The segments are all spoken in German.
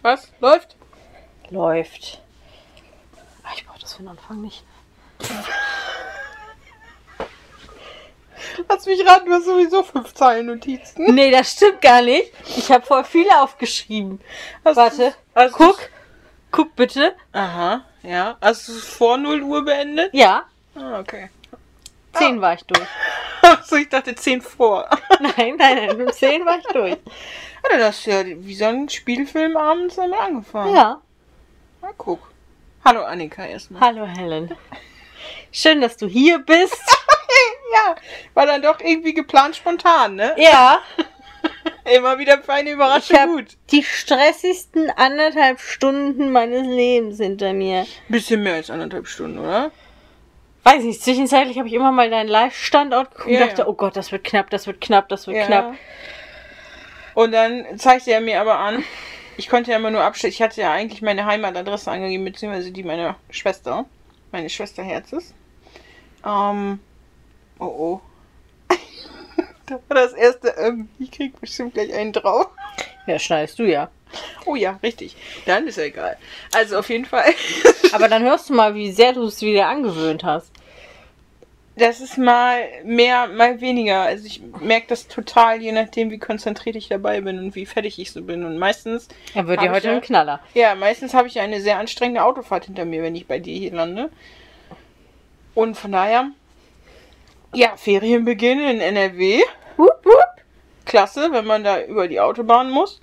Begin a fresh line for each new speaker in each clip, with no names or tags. Was? Läuft?
Läuft. Ah, Ich brauche das für den Anfang nicht.
Lass mich raten, du hast sowieso fünf Zeilen Notizen.
Nee, das stimmt gar nicht. Ich habe voll viele aufgeschrieben.
Hast
Warte,
hast
guck. Guck bitte.
Aha, ja. Hast du es vor 0 Uhr beendet?
Ja,
Ah, okay. Ah.
zehn war ich durch.
Achso, Also, ich dachte 10 vor.
Nein, nein, nein, mit zehn war ich durch.
Alter, das ist ja wie so ein Spielfilm abends damit angefangen.
Ja,
Na, guck. Hallo Annika erstmal.
hallo Helen. Schön, dass du hier bist.
ja, war dann doch irgendwie geplant spontan, ne?
Ja,
Immer wieder für eine Überraschung
Ich hab-
gut.
die stressigsten anderthalb Stunden meines Lebens hinter mir.
Bisschen mehr als anderthalb Stunden, oder?
Weiß nicht, zwischenzeitlich habe ich immer mal deinen Live-Standort geguckt und
Ja,
dachte,
ja.
oh Gott, das wird knapp, das wird knapp, das wird knapp.
Und dann zeigte er mir aber an, ich konnte ja immer nur abschätzen, ich hatte ja eigentlich meine Heimatadresse angegeben, beziehungsweise die meiner Schwester, meine Schwester Herzes. Ähm, oh oh. da war das erste, ähm, ich krieg bestimmt gleich einen drauf.
Ja, schneidest du ja.
Oh ja, richtig. Dann ist ja egal. Also auf jeden Fall.
Aber dann hörst du mal, wie sehr du es wieder angewöhnt hast.
Das ist mal mehr, mal weniger. Also ich merke das total, je nachdem, wie konzentriert ich dabei bin und wie fertig ich so bin. Und meistens
Dann wird
Hab
dir
ich
heute
ja.
ein Knaller.
Ja, meistens habe ich eine sehr anstrengende Autofahrt hinter mir, wenn ich bei dir hier lande. Und von daher, ja, Ferien beginnen in NRW.
Wupp, wupp.
Klasse, wenn man da über die Autobahn muss.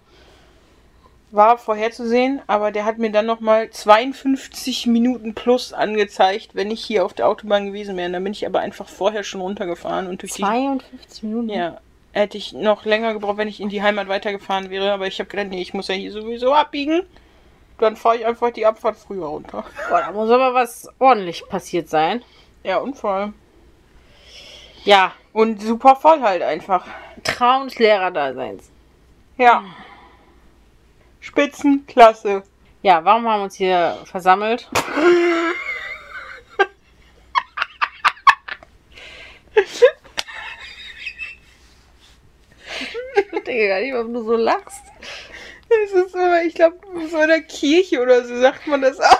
War vorherzusehen, aber der hat mir dann nochmal 52 Minuten plus angezeigt, wenn ich hier auf der Autobahn gewesen wäre. Und Dann bin ich aber einfach vorher schon runtergefahren und durch
52 Minuten.
die. Ja, hätte ich noch länger gebraucht, wenn ich in die Heimat weitergefahren wäre, aber ich habe gedacht, nee, ich muss ja hier sowieso abbiegen. Dann fahre ich einfach die Abfahrt früher runter.
Boah, da muss aber was ordentlich passiert sein.
Ja, Unfall.
Ja,
Und super voll halt einfach.
Traum des Lehrerdaseins.
Ja. Spitzenklasse.
Ja, warum haben wir uns hier versammelt? ich verstehe gar nicht, warum du so lachst.
Das ist immer, ich glaube, so in der Kirche oder so sagt man das auch.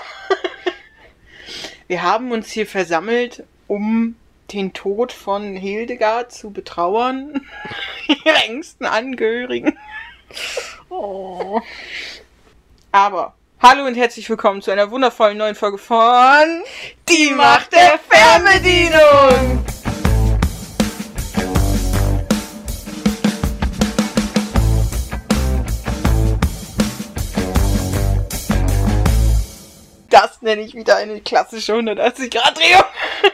Wir haben uns hier versammelt, um den Tod von Hildegard zu betrauern. Ihre engsten Angehörigen.
Oh.
Aber hallo und herzlich willkommen zu einer wundervollen neuen Folge von Die Macht der Fernbedienung. Das nenne ich wieder eine klassische 180 Grad Drehung.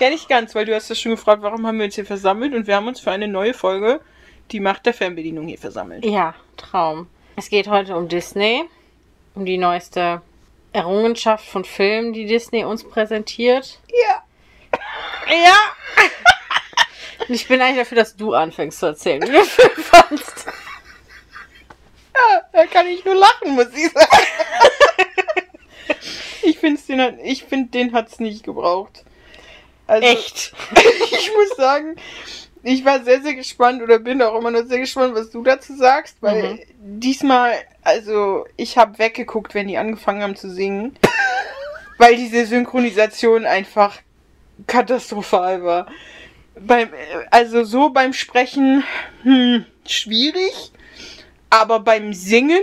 ja, nicht ganz, weil du hast ja schon gefragt, warum haben wir uns hier versammelt und wir haben uns für eine neue Folge Die Macht der Fernbedienung hier versammelt.
Ja, Traum. Es geht heute um Disney, um die neueste Errungenschaft von Filmen, die Disney uns präsentiert.
Ja.
Ja! Und ich bin eigentlich dafür, dass du anfängst zu erzählen, wie du den Film fandst.
Da kann ich nur lachen, muss ich sagen. ich finde, den, hat- ich find, den hat es nicht gebraucht. Also,
Echt?
Ich muss sagen, ich war sehr, sehr gespannt oder bin auch immer noch sehr gespannt, was du dazu sagst, weil
Mhm.
diesmal, also ich habe weggeguckt, wenn die angefangen haben zu singen, weil diese Synchronisation einfach katastrophal war. Beim, also so beim Sprechen, hm, schwierig. Aber beim Singen,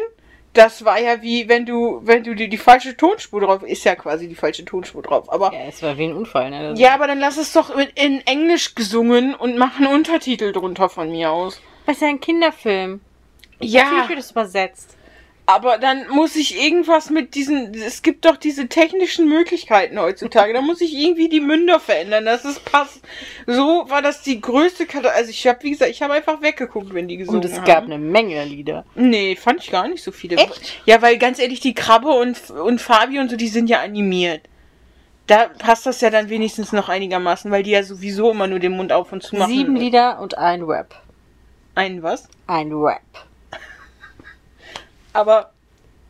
das war ja wie, wenn du, wenn du dir die falsche Tonspur drauf, ist ja quasi die falsche Tonspur drauf, aber.
Ja, es war wie ein Unfall, ne? Das-
Ja, aber dann lass es doch in- in Englisch gesungen und mach einen Untertitel drunter von mir aus.
Das ist ja ein Kinderfilm. Natürlich
Ja,
wird es übersetzt.
aber dann muss ich irgendwas mit diesen. Es gibt doch diese technischen Möglichkeiten heutzutage. Da muss ich irgendwie die Münder verändern, dass es passt. So war das die größte Katastrophe. Also ich habe, wie gesagt, ich habe einfach weggeguckt, wenn die gesungen
Und es
haben.
gab eine Menge Lieder.
Nee, fand ich gar nicht so viele.
Echt?
Ja, weil ganz ehrlich, die Krabbe und, und Fabi und so, die sind ja animiert. Da passt das ja dann wenigstens noch einigermaßen, weil die ja sowieso immer nur den Mund auf und zu machen.
Sieben Lieder und ein Rap.
Ein was?
Ein Rap.
Aber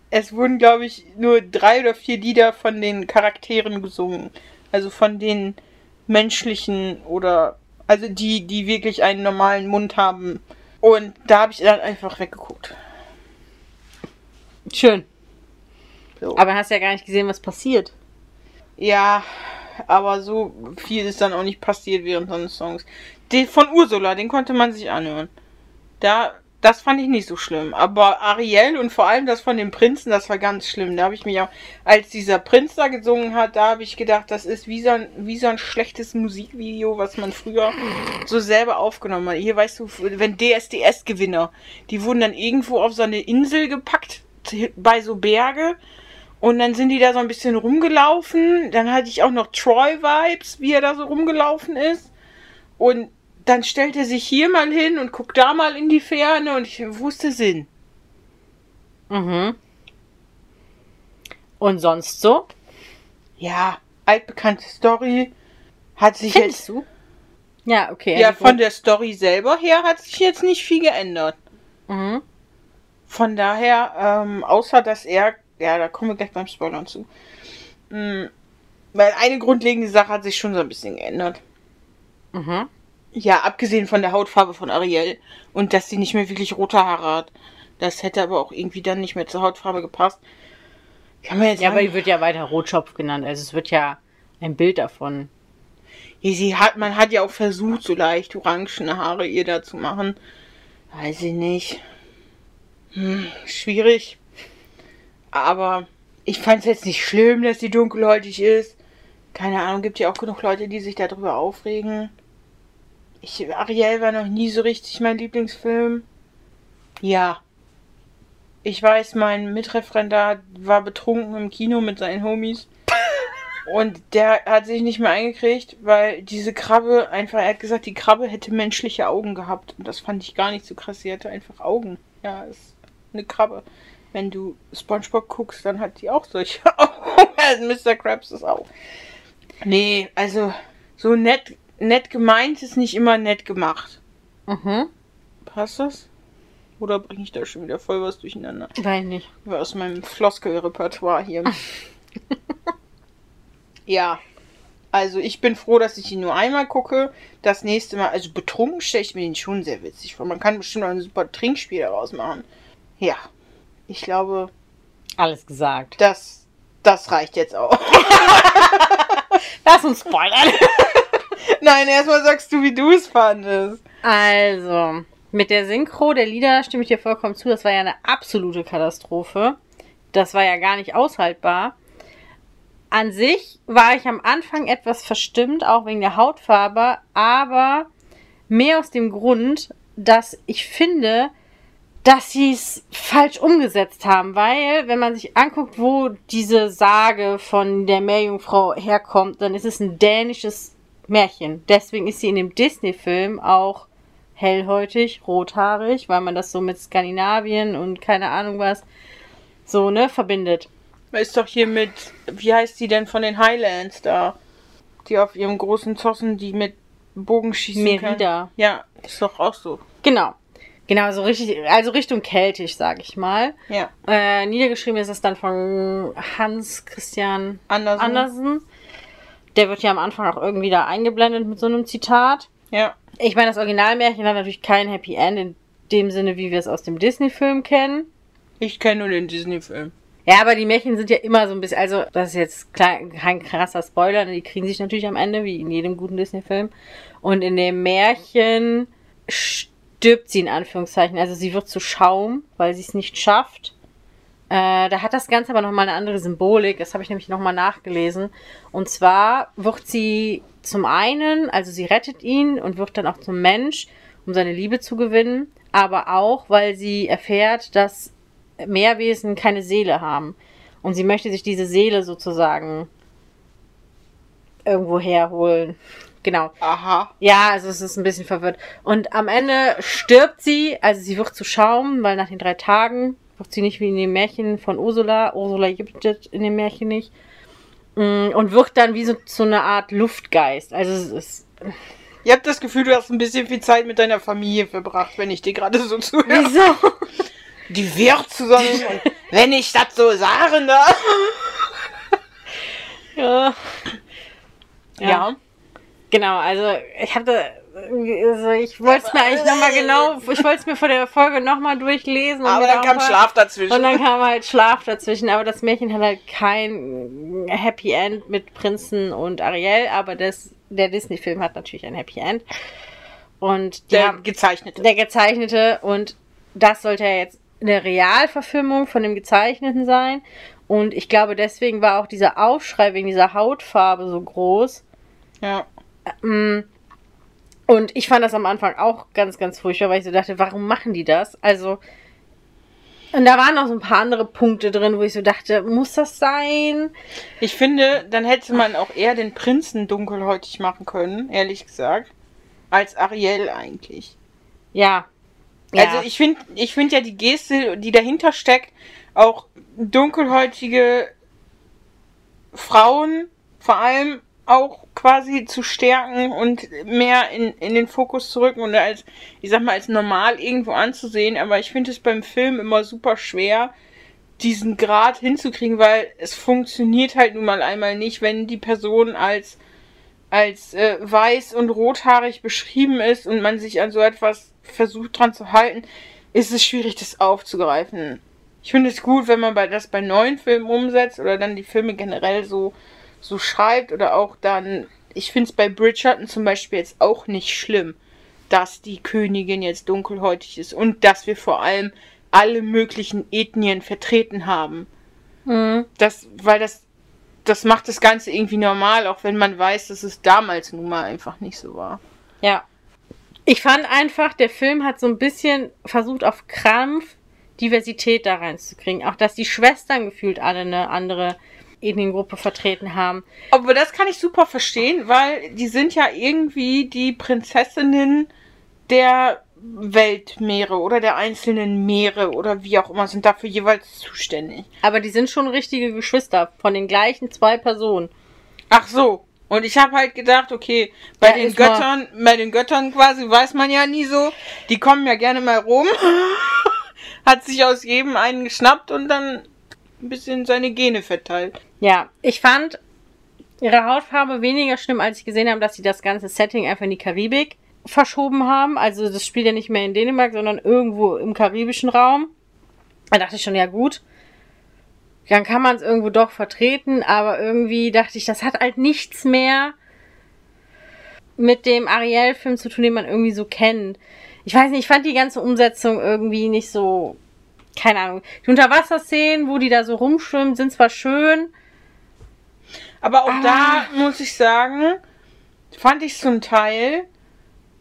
es wurden, glaube ich, nur drei oder vier Lieder von den Charakteren gesungen. Also von den menschlichen oder. Also die, die wirklich einen normalen Mund haben. Und da habe ich dann einfach weggeguckt.
Schön.
So.
Aber hast ja gar nicht gesehen, was passiert.
Ja, aber so viel ist dann auch nicht passiert während seines Songs. Den von Ursula, den konnte man sich anhören. Da, das fand ich nicht so schlimm. Aber Ariel und vor allem das von dem Prinzen, das war ganz schlimm. Da habe ich mich auch, als dieser Prinz da gesungen hat, da habe ich gedacht, das ist wie so, ein, wie so ein schlechtes Musikvideo, was man früher so selber aufgenommen hat. Hier weißt du, wenn DSDS-Gewinner, die wurden dann irgendwo auf so eine Insel gepackt, bei so Berge. Und dann sind die da so ein bisschen rumgelaufen. Dann hatte ich auch noch Troy-Vibes, wie er da so rumgelaufen ist. Und dann stellt er sich hier mal hin und guckt da mal in die Ferne und ich wusste Sinn.
Mhm. Und sonst so?
Ja, altbekannte Story. Hat sich jetzt.
Findest du? Ja, okay.
Ja,
also gut.
von der Story selber her hat sich jetzt nicht viel geändert.
Mhm.
Von daher, ähm, außer dass er, ja, da kommen wir gleich beim Spoilern zu. Mm, Weil eine grundlegende Sache hat sich schon so ein bisschen geändert.
Mhm.
Ja, abgesehen von der Hautfarbe von Ariel und dass sie nicht mehr wirklich rote Haare hat. Das hätte aber auch irgendwie dann nicht mehr zur Hautfarbe gepasst. Kann man jetzt
Ja, aber
sagen,
die wird ja weiter Rotschopf genannt. Also es wird ja ein Bild davon.
Ja, sie hat, man hat ja auch versucht, so leicht orangene Haare ihr da zu machen. Weiß ich nicht. Hm, schwierig. Aber ich fand es jetzt nicht schlimm, dass sie dunkelhäutig ist. Keine Ahnung, gibt ja auch genug Leute, die sich darüber aufregen. Ich, Ariel war noch nie so richtig mein Lieblingsfilm. Ja. Ich weiß, mein Mitreferendar war betrunken im Kino mit seinen Homies. Und der hat sich nicht mehr eingekriegt, weil diese Krabbe einfach, er hat gesagt, die Krabbe hätte menschliche Augen gehabt. Und das fand ich gar nicht so krass. Sie hatte einfach Augen. Ja, ist eine Krabbe. Wenn du Spongebob guckst, dann hat die auch solche Augen. Also Mr. Krabs ist auch. Nee, also so nett, nett gemeint ist nicht immer nett gemacht.
Mhm.
Passt das? Oder bringe ich da schon wieder voll was durcheinander?
Weiß nicht.
aus meinem Floskelrepertoire hier. ja. Also ich bin froh, dass ich ihn nur einmal gucke. Das nächste Mal, also betrunken stelle ich mir den schon sehr witzig vor. Man kann bestimmt auch ein super Trinkspiel daraus machen. Ja. Ich glaube,
Alles gesagt.
das, das reicht jetzt auch.
Lass uns spoilern.
Nein, erstmal sagst du, wie du es fandest.
Also, mit der Synchro der Lieder stimme ich dir vollkommen zu. Das war ja eine absolute Katastrophe. Das war ja gar nicht aushaltbar. An sich war ich am Anfang etwas verstimmt, auch wegen der Hautfarbe, aber mehr aus dem Grund, dass ich finde, dass sie es falsch umgesetzt haben, weil wenn man sich anguckt, wo diese Sage von der Meerjungfrau herkommt, dann ist es ein dänisches Märchen. Deswegen ist sie in dem Disney-Film auch hellhäutig, rothaarig, weil man das so mit Skandinavien und keine Ahnung was so, ne, verbindet.
Ist doch hier mit, wie heißt die denn von den Highlands da? Die auf ihrem großen Zossen, die mit Bogen schießen kann.
Merida.
Ja, ist doch auch so.
Genau. Genau, so richtig, also Richtung keltisch, sag ich mal.
Ja.
Äh, niedergeschrieben ist das dann von Hans Christian
Andersen.
Andersen. Der wird ja am Anfang auch irgendwie da eingeblendet mit so einem Zitat.
Ja.
Ich meine, das Originalmärchen hat natürlich kein Happy End in dem Sinne, wie wir es aus dem Disney-Film kennen.
Ich kenne nur den Disney-Film.
Ja, aber die Märchen sind ja immer so ein bisschen, also das ist jetzt klein, kein krasser Spoiler, ne? die kriegen sich natürlich am Ende, wie in jedem guten Disney-Film. Und in dem Märchen stirbt sie in Anführungszeichen, also sie wird zu Schaum, weil sie es nicht schafft. Äh, da hat das Ganze aber nochmal eine andere Symbolik, das habe ich nämlich nochmal nachgelesen. Und zwar wird sie zum einen, also sie rettet ihn und wird dann auch zum Mensch, um seine Liebe zu gewinnen, aber auch, weil sie erfährt, dass Meerwesen keine Seele haben. Und sie möchte sich diese Seele sozusagen irgendwo herholen. Genau.
Aha.
Ja, also es ist ein bisschen verwirrt. Und am Ende stirbt sie, also sie wird zu Schaum, weil nach den drei Tagen wird sie nicht wie in dem Märchen von Ursula. Ursula gibt es in dem Märchen nicht. Mm, Und wird dann wie so, so eine Art Luftgeist. Also es ist.
Ich habe das Gefühl, du hast ein bisschen viel Zeit mit deiner Familie verbracht, wenn ich dir gerade so zuhöre.
Wieso?
Die wird zusammen. und wenn ich das so ne? sagen darf.
ja.
Ja.
Genau, also ich habe Also ich wollte es mir eigentlich nochmal genau, ich wollte es mir vor der Folge nochmal durchlesen. und
Aber
mir
dann
auch
kam
mal-
Schlaf dazwischen.
Und dann kam halt Schlaf dazwischen, aber das Märchen hat halt kein Happy End mit Prinzen und Ariel, aber das, der Disney-Film hat natürlich ein Happy End. Und die
der
haben-
gezeichnete.
der gezeichnete und das sollte ja jetzt eine Realverfilmung von dem gezeichneten sein. Und ich glaube, deswegen war auch dieser Aufschrei wegen dieser Hautfarbe so groß.
ja.
Mm. Und ich fand das am Anfang auch ganz, ganz furchtbar, weil ich so dachte, warum machen die das? Also, und da waren noch so ein paar andere Punkte drin, wo ich so dachte, muss das sein?
Ich finde, dann hätte man auch eher den Prinzen dunkelhäutig machen können, ehrlich gesagt, als Ariel eigentlich.
Ja. ja.
Also ich finde ich find ja die Geste, die dahinter steckt, auch dunkelhäutige Frauen vor allem auch quasi zu stärken und mehr in, in den Fokus zu rücken und als, ich sag mal, als normal irgendwo anzusehen. Aber ich finde es beim Film immer super schwer, diesen Grad hinzukriegen, weil es funktioniert halt nun mal einmal nicht, wenn die Person als als äh, weiß und rothaarig beschrieben ist und man sich an so etwas versucht dran zu halten, ist es schwierig, das aufzugreifen. Ich finde es gut, wenn man bei, das bei neuen Filmen umsetzt oder dann die Filme generell so, so schreibt oder auch dann, ich finde es bei Bridgerton zum Beispiel jetzt auch nicht schlimm, dass die Königin jetzt dunkelhäutig ist und dass wir vor allem alle möglichen Ethnien vertreten haben
Mhm.
das, weil das, das macht das Ganze irgendwie normal, auch wenn man weiß, dass es damals nun mal einfach nicht so war.
Ja. Ich fand einfach, der Film hat so ein bisschen versucht, auf Krampf Diversität da reinzukriegen. Auch, dass die Schwestern gefühlt alle eine andere Ethnengruppe vertreten haben.
Aber das kann ich super verstehen, weil die sind ja irgendwie die Prinzessinnen der Weltmeere oder der einzelnen Meere oder wie auch immer, sind dafür jeweils zuständig.
Aber die sind schon richtige Geschwister von den gleichen zwei Personen.
Ach so. Und ich habe halt gedacht, okay, bei
Ja,
den
ist wahr.
Göttern, bei den Göttern quasi weiß man ja nie so, die kommen ja gerne mal rum, hat sich aus jedem einen geschnappt und dann ein bisschen seine Gene verteilt.
Ja, ich fand ihre Hautfarbe weniger schlimm, als ich gesehen habe, dass sie das ganze Setting einfach in die Karibik verschoben haben. Also das spielt ja nicht mehr in Dänemark, sondern irgendwo im karibischen Raum. Da dachte ich schon, ja gut, dann kann man es irgendwo doch vertreten, aber irgendwie dachte ich, das hat halt nichts mehr mit dem Ariel-Film zu tun, den man irgendwie so kennt. Ich weiß nicht, ich fand die ganze Umsetzung irgendwie nicht so, keine Ahnung. Die Unterwasserszenen, wo die da so rumschwimmen, sind zwar schön,
Aber auch
Ah.
da muss ich sagen, fand ich zum Teil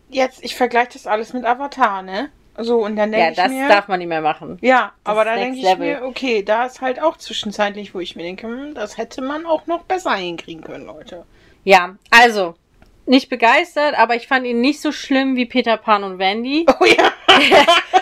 jetzt, ich vergleiche das alles mit Avatar, ne? So, und dann denke
Ja,
ich
das
mir.
darf man nicht mehr machen.
ja,
das
aber
ist
da
next
denke ich
level.
mir, okay, da ist halt auch zwischenzeitlich, wo ich mir denke, hm, das hätte man auch noch besser hinkriegen können, Leute.
Ja, also, nicht begeistert, aber ich fand ihn nicht so schlimm wie Peter Pan und Wendy.
Oh ja.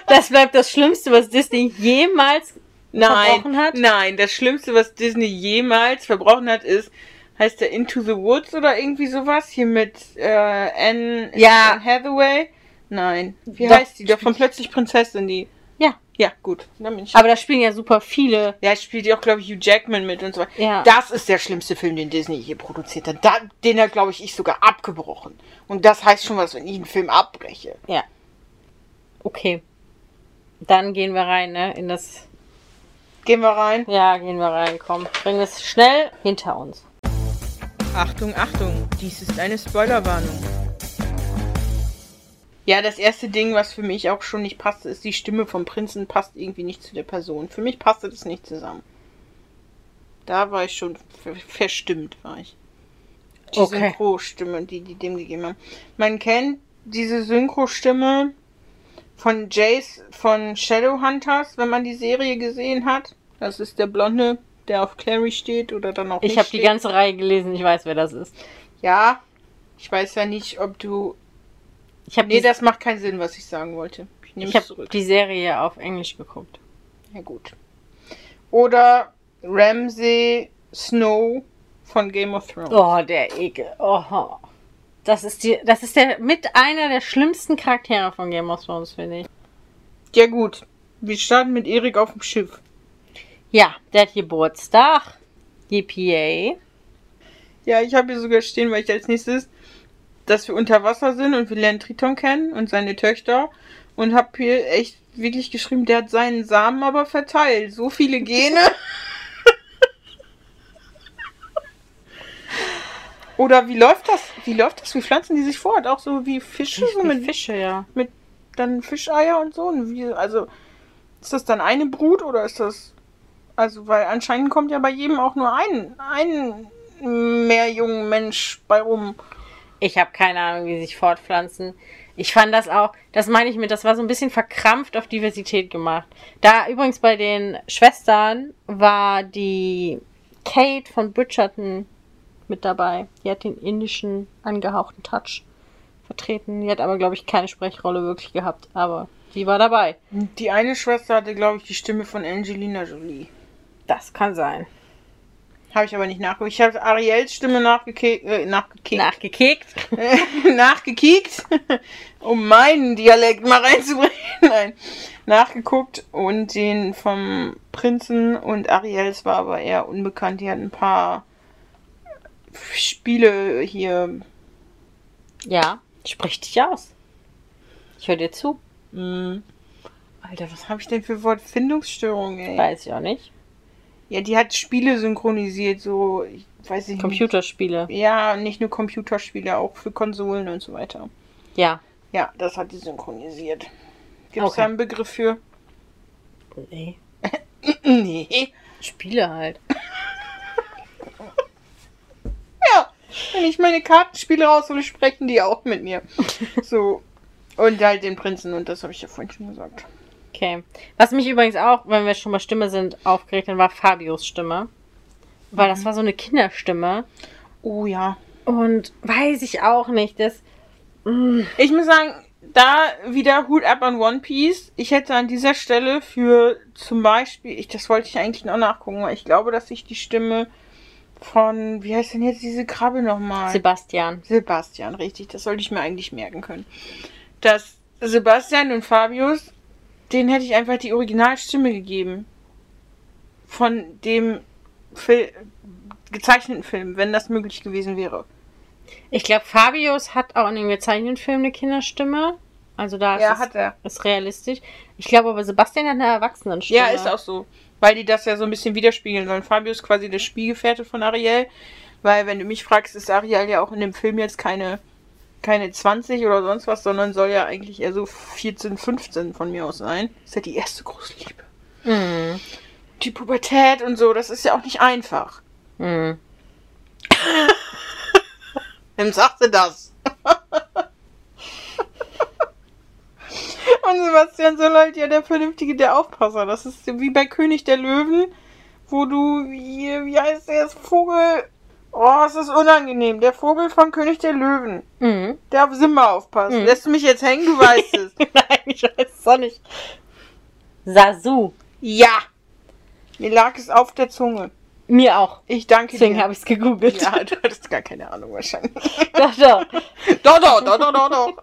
Das bleibt das Schlimmste, was Disney jemals. verbrochen
Nein,
hat?
nein, das Schlimmste, was Disney jemals verbrochen hat, ist, heißt der Into the Woods oder irgendwie sowas hier mit äh, Anne,
Ja.
Anne Hathaway? Nein, wie
Doch.
heißt die? Doch von plötzlich Prinzessin die.
Ja.
Ja, gut. Dann bin ich
Aber da spielen ja super viele.
ja, spielt ja auch, glaube ich, Hugh Jackman mit und so weiter.
Ja.
Das ist der schlimmste Film, den Disney je produziert hat. Da, den hat, glaube ich, ich sogar abgebrochen. Und das heißt schon was, wenn ich einen Film abbreche.
Okay. Dann gehen wir rein, ne? In das.
Gehen wir rein.
Ja, gehen wir rein. Komm, bringen wir es schnell hinter uns.
Achtung, Achtung, dies ist eine Spoilerwarnung. Ja, das erste Ding, was für mich auch schon nicht passte, ist, die Stimme vom Prinzen passt irgendwie nicht zu der Person. Für mich passte das nicht zusammen. Da war ich schon ver- verstimmt, war ich. Die
Okay.
Synchro-Stimme, die die dem gegeben haben. Man kennt diese Synchro-Stimme von Jace von Shadowhunters, wenn man die Serie gesehen hat. Das ist der Blonde, der auf Clary steht oder dann auch
Ich
nicht
habe die
steht.
ganze Reihe gelesen, ich weiß, wer das ist.
Ja, ich weiß ja nicht, ob du.
Ich habe
Nee,
die,
das macht keinen Sinn, was ich sagen wollte. Ich nehme
ich
es
hab
zurück.
die Serie auf Englisch geguckt.
Ja, gut. Oder Ramsay Snow von Game of Thrones.
Oh, der Ekel. Oh. Das ist die, das ist der mit einer der schlimmsten Charaktere von Game of Thrones, finde ich.
Ja, gut. Wir starten mit Erik auf dem Schiff.
Ja, der hat Geburtstag. GPA.
Ja, ich habe hier sogar stehen, weil ich als nächstes dass wir unter Wasser sind und wir lernen Triton kennen und seine Töchter und hab hier echt wirklich geschrieben, der hat seinen Samen aber verteilt. So viele Gene. Oder wie läuft das? Wie läuft das? Wie pflanzen die sich fort? Auch so wie Fische, so mit,
Fische, ja.
mit dann Fischeier und so. Und wie, also ist das dann eine Brut oder ist das. Also, weil anscheinend kommt ja bei jedem auch nur ein, ein mehr jungen Mensch bei rum.
Ich habe keine Ahnung, wie sie sich fortpflanzen. Ich fand das auch, das meine ich mit, das war so ein bisschen verkrampft auf Diversität gemacht. Da übrigens bei den Schwestern war die Kate von Bridgerton mit dabei. Die hat den indischen angehauchten Touch vertreten. Die hat aber, glaube ich, keine Sprechrolle wirklich gehabt. Aber sie war dabei.
Die eine Schwester hatte, glaube ich, die Stimme von Angelina Jolie.
Das kann sein.
Habe ich aber nicht nachgeguckt. Ich habe Ariels Stimme nachgekickt. Äh, nachgekickt.
Nachgekickt.
nachgekickt, um meinen Dialekt mal reinzubringen. Nein, nachgeguckt und den vom Prinzen und Ariels war aber eher unbekannt. Die hat ein paar Spiele hier.
Ja, sprich dich aus. Ich höre dir zu.
Hm. Alter, was habe ich denn für Wortfindungsstörungen, ey?
Weiß ich auch nicht.
Ja, die hat Spiele synchronisiert, so, ich weiß
Mhm.
nicht.
Computerspiele.
Ja, nicht nur Computerspiele, auch für Konsolen und so weiter.
Ja.
Ja, das hat die synchronisiert. Gibt es
Okay.
da einen Begriff für?
Nee.
nee.
Spiele halt.
Ja, wenn ich meine Kartenspiele raushole, sprechen die auch mit mir. so. Und halt den Prinzen, und das habe ich ja vorhin schon gesagt.
Okay. Was mich übrigens auch, wenn wir schon mal Stimme sind, aufgeregt hat, war Fabios Stimme. Weil
Mhm.
das war so eine Kinderstimme.
Oh ja.
Und weiß ich auch nicht, das. Mm,
Ich muss sagen, da wieder Hut ab an One Piece. Ich hätte an dieser Stelle für zum Beispiel, ich, das wollte ich eigentlich noch nachgucken, weil ich glaube, dass ich die Stimme von, wie heißt denn jetzt diese Krabbe nochmal?
Sebastian.
Sebastian, richtig. Das sollte ich mir eigentlich merken können. Dass Sebastian und Fabius, den hätte ich einfach die Originalstimme gegeben. Von dem Fil gezeichneten Film, wenn das möglich gewesen wäre.
Ich glaube, Fabius hat auch in dem gezeichneten Film eine Kinderstimme. Also da ist,
Ja,
es-
hat er.
ist realistisch. Ich glaube aber, Sebastian hat eine Erwachsenenstimme.
Ja, ist auch so. Weil die das ja so ein bisschen widerspiegeln sollen. Fabio ist quasi der Spielgefährte von Ariel. Weil, wenn du mich fragst, ist Ariel ja auch in dem Film jetzt keine, keine 20 oder sonst was, sondern soll ja eigentlich eher so 14, 15 von mir aus sein. Ist ja die erste Großliebe.
Mhm.
Die Pubertät und so, das ist ja auch nicht einfach.
Mhm.
Wem sagte das? Und Sebastian Soleit, ja, der Vernünftige, der Aufpasser. Das ist wie bei König der Löwen, wo du, wie, wie heißt der jetzt, Vogel? Oh, es ist unangenehm. Der Vogel von König der Löwen,
Mhm.
der auf Simba aufpasst.
Mhm.
Lässt du mich jetzt hängen, du weißt es.
Nein, ich weiß es auch nicht. Sasu.
Ja! Mir lag es auf der Zunge.
Mir auch.
Ich danke
Deswegen
dir.
habe ich es gegoogelt.
ja, du hattest gar keine Ahnung wahrscheinlich.
Doch, doch.
Doch, doch, doch, doch, doch, doch.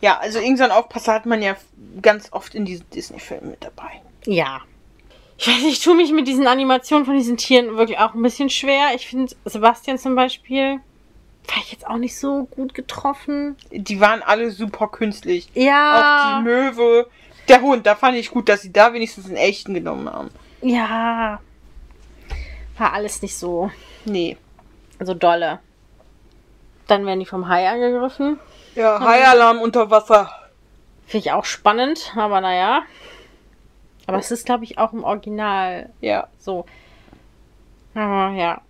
Ja, also irgendein Aufpasser hat man ja ganz oft in diesen Disney-Filmen mit dabei.
Ja. Ich weiß nicht, ich tue mich mit diesen Animationen von diesen Tieren wirklich auch ein bisschen schwer. Ich finde, Sebastian zum Beispiel war ich jetzt auch nicht so gut getroffen.
Die waren alle super künstlich. Auch
Ja.
die Möwe, der Hund, da fand ich gut, dass sie da wenigstens einen echten genommen haben.
ja. War alles nicht so,
Nee.
so dolle. Dann werden die vom Hai angegriffen.
Ja, Hai-Alarm unter Wasser.
Finde ich auch spannend, aber naja. Aber es ist, glaube ich, auch im Original
Ja.
so. Aber ja.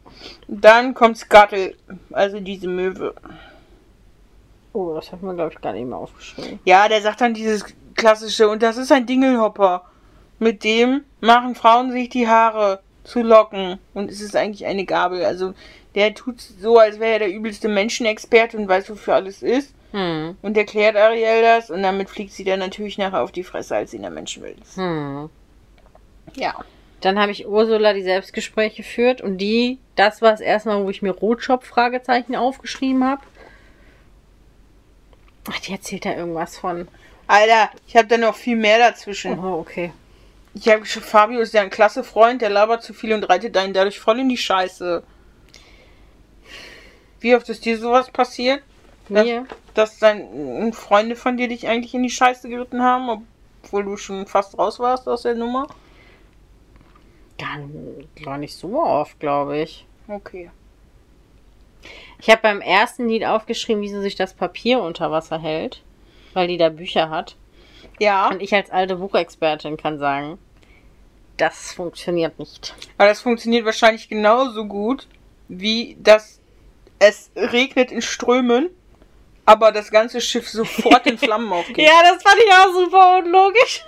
Dann kommt Scuttle, also diese Möwe.
Oh, das hat man, glaube ich, gar nicht mehr aufgeschrieben.
Ja, der sagt dann dieses klassische, und das ist ein Dingelhopper. Mit dem machen Frauen sich die Haare zu locken. Und es ist eigentlich eine Gabel. Also der tut so, als wäre er der übelste Menschenexperte und weiß, wofür alles ist.
Hm.
Und erklärt Ariel das und damit fliegt sie dann natürlich nachher auf die Fresse, als sie in der Menschen will.
Hm.
Ja.
Dann habe ich Ursula die Selbstgespräche geführt und die, das war es erstmal, wo ich mir Rotschopf-Fragezeichen aufgeschrieben habe. Ach, die erzählt da irgendwas von.
Alter, ich habe da noch viel mehr dazwischen.
Oh, okay.
Ich habe geschrieben, Fabio ist ja ein klasse Freund, der labert zu viel und reitet einen dadurch voll in die Scheiße. Wie oft ist dir sowas passiert? Das-
Mir?
Dass dein Freunde von dir dich eigentlich in die Scheiße geritten haben, obwohl du schon fast raus warst aus der Nummer?
Gar, gar nicht so oft, glaube ich.
Okay.
Ich habe beim ersten Lied aufgeschrieben, wie sie sich das Papier unter Wasser hält, weil die da Bücher hat.
Ja,
Und ich als alte Buchexpertin kann sagen, das funktioniert nicht.
aber das funktioniert wahrscheinlich genauso gut, wie dass es regnet in Strömen, aber das ganze Schiff sofort in Flammen aufgeht.
Ja, das fand ich auch super unlogisch.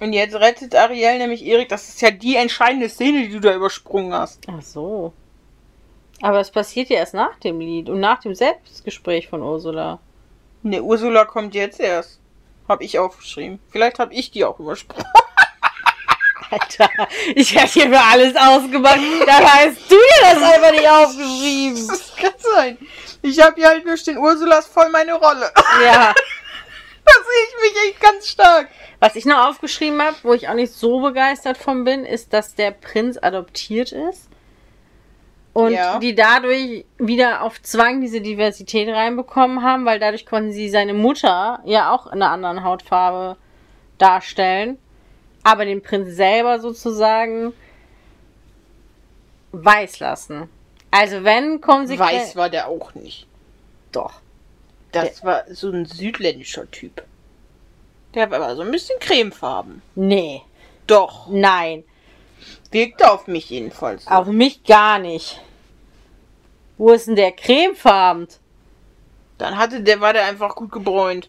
Und jetzt rettet Ariel nämlich Erik. Das ist ja die entscheidende Szene, die du da übersprungen hast.
Ach so. Aber es passiert ja erst nach dem Lied und nach dem Selbstgespräch von Ursula.
Ne, Ursula kommt jetzt erst. Hab ich aufgeschrieben. Vielleicht hab ich die auch übersprungen.
Alter, ich hab hier für alles ausgemacht. Dabei hast du dir das einfach nicht aufgeschrieben.
Das kann sein. Ich hab hier halt durch den Ursulas voll meine Rolle. Da
Ja.
sehe ich mich echt ganz stark.
Was ich noch aufgeschrieben habe, wo ich auch nicht so begeistert von bin, ist, dass der Prinz adoptiert ist. Und
Ja.
die dadurch wieder auf Zwang diese Diversität reinbekommen haben, weil dadurch konnten sie seine Mutter ja auch in einer anderen Hautfarbe darstellen. Aber den Prinz selber sozusagen weiß lassen. Also wenn konsequent.
Weiß war der auch nicht.
doch.
Das war so ein südländischer Typ. Der war aber so ein bisschen cremefarben.
Nee.
Doch.
Nein.
Wirkte auf mich jedenfalls. so.
Auf mich gar nicht. Wo ist denn der cremefarben?
Dann hatte der, war der einfach gut gebräunt.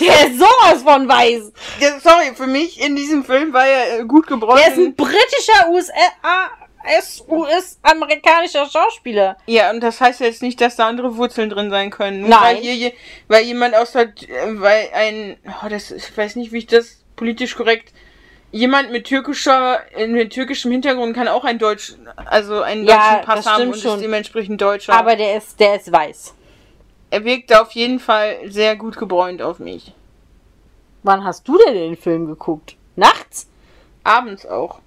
Der ist sowas von weiß.
Der, sorry, für mich in diesem Film war er äh, gut gebräunt.
Der ist ein britischer US-amerikanischer Schauspieler.
Ja, und das heißt jetzt nicht, dass da andere Wurzeln drin sein können. Nur Weil,
Nein.
hier, je- weil jemand aus der, äh, weil ein, oh, das, ist- ich weiß nicht, wie ich das politisch korrekt, jemand mit türkischer, äh, mit türkischem Hintergrund kann auch ein Deutsch, also einen
Ja,
deutschen Pass
das
haben
stimmt
und
schon.
ist dementsprechend Deutscher.
Aber der ist, der ist weiß.
er wirkte auf jeden Fall sehr gut gebräunt auf mich.
Wann hast du denn den Film geguckt? Nachts?
Abends auch.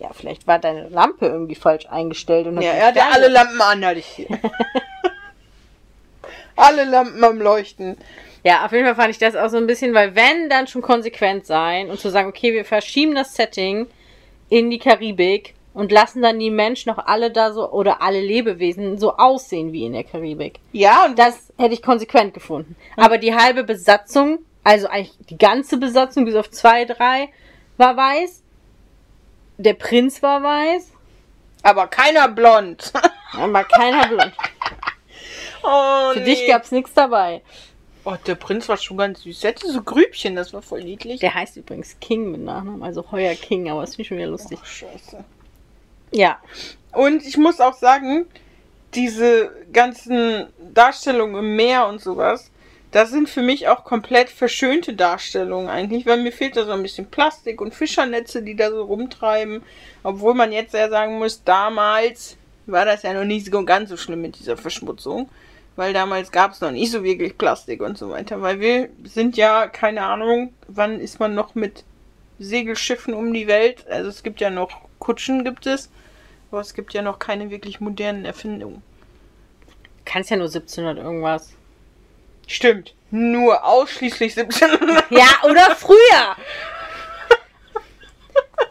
Ja, vielleicht war deine Lampe irgendwie falsch eingestellt. Und hat
Ja,
den
er hatte
Fernseher-
alle Lampen an, hatte ich hier. alle Lampen am Leuchten.
Ja, auf jeden Fall fand ich das auch so ein bisschen, weil wenn, dann schon konsequent sein und zu sagen, okay, wir verschieben das Setting in die Karibik und lassen dann die Menschen noch alle da so, oder alle Lebewesen so aussehen wie in der Karibik.
Ja, und
Das hätte ich konsequent gefunden. Aber die halbe Besatzung, also eigentlich die ganze Besatzung, bis auf zwei, drei, war weiß. Der Prinz war weiß,
aber keiner blond.
aber keiner blond.
oh,
Für dich gab's nichts dabei.
Oh, der Prinz war schon ganz süß. Er hatte so Grübchen, das war voll niedlich.
Der heißt übrigens King mit Nachnamen, also Heuer King, aber das finde ich schon wieder lustig.
Ach, scheiße.
Ja,
Und ich muss auch sagen, diese ganzen Darstellungen im Meer und sowas, das sind für mich auch komplett verschönte Darstellungen eigentlich, weil mir fehlt da so ein bisschen Plastik und Fischernetze, die da so rumtreiben. Obwohl man jetzt ja sagen muss, damals war das ja noch nicht so ganz so schlimm mit dieser Verschmutzung. Weil damals gab es noch nicht so wirklich Plastik und so weiter. Weil wir sind ja, keine Ahnung, wann ist man noch mit Segelschiffen um die Welt? Also es gibt ja noch Kutschen, gibt es. Aber es gibt ja noch keine wirklich modernen Erfindungen.
kannst ja nur 1700 irgendwas.
Stimmt. Nur ausschließlich 17.
Ja, oder früher.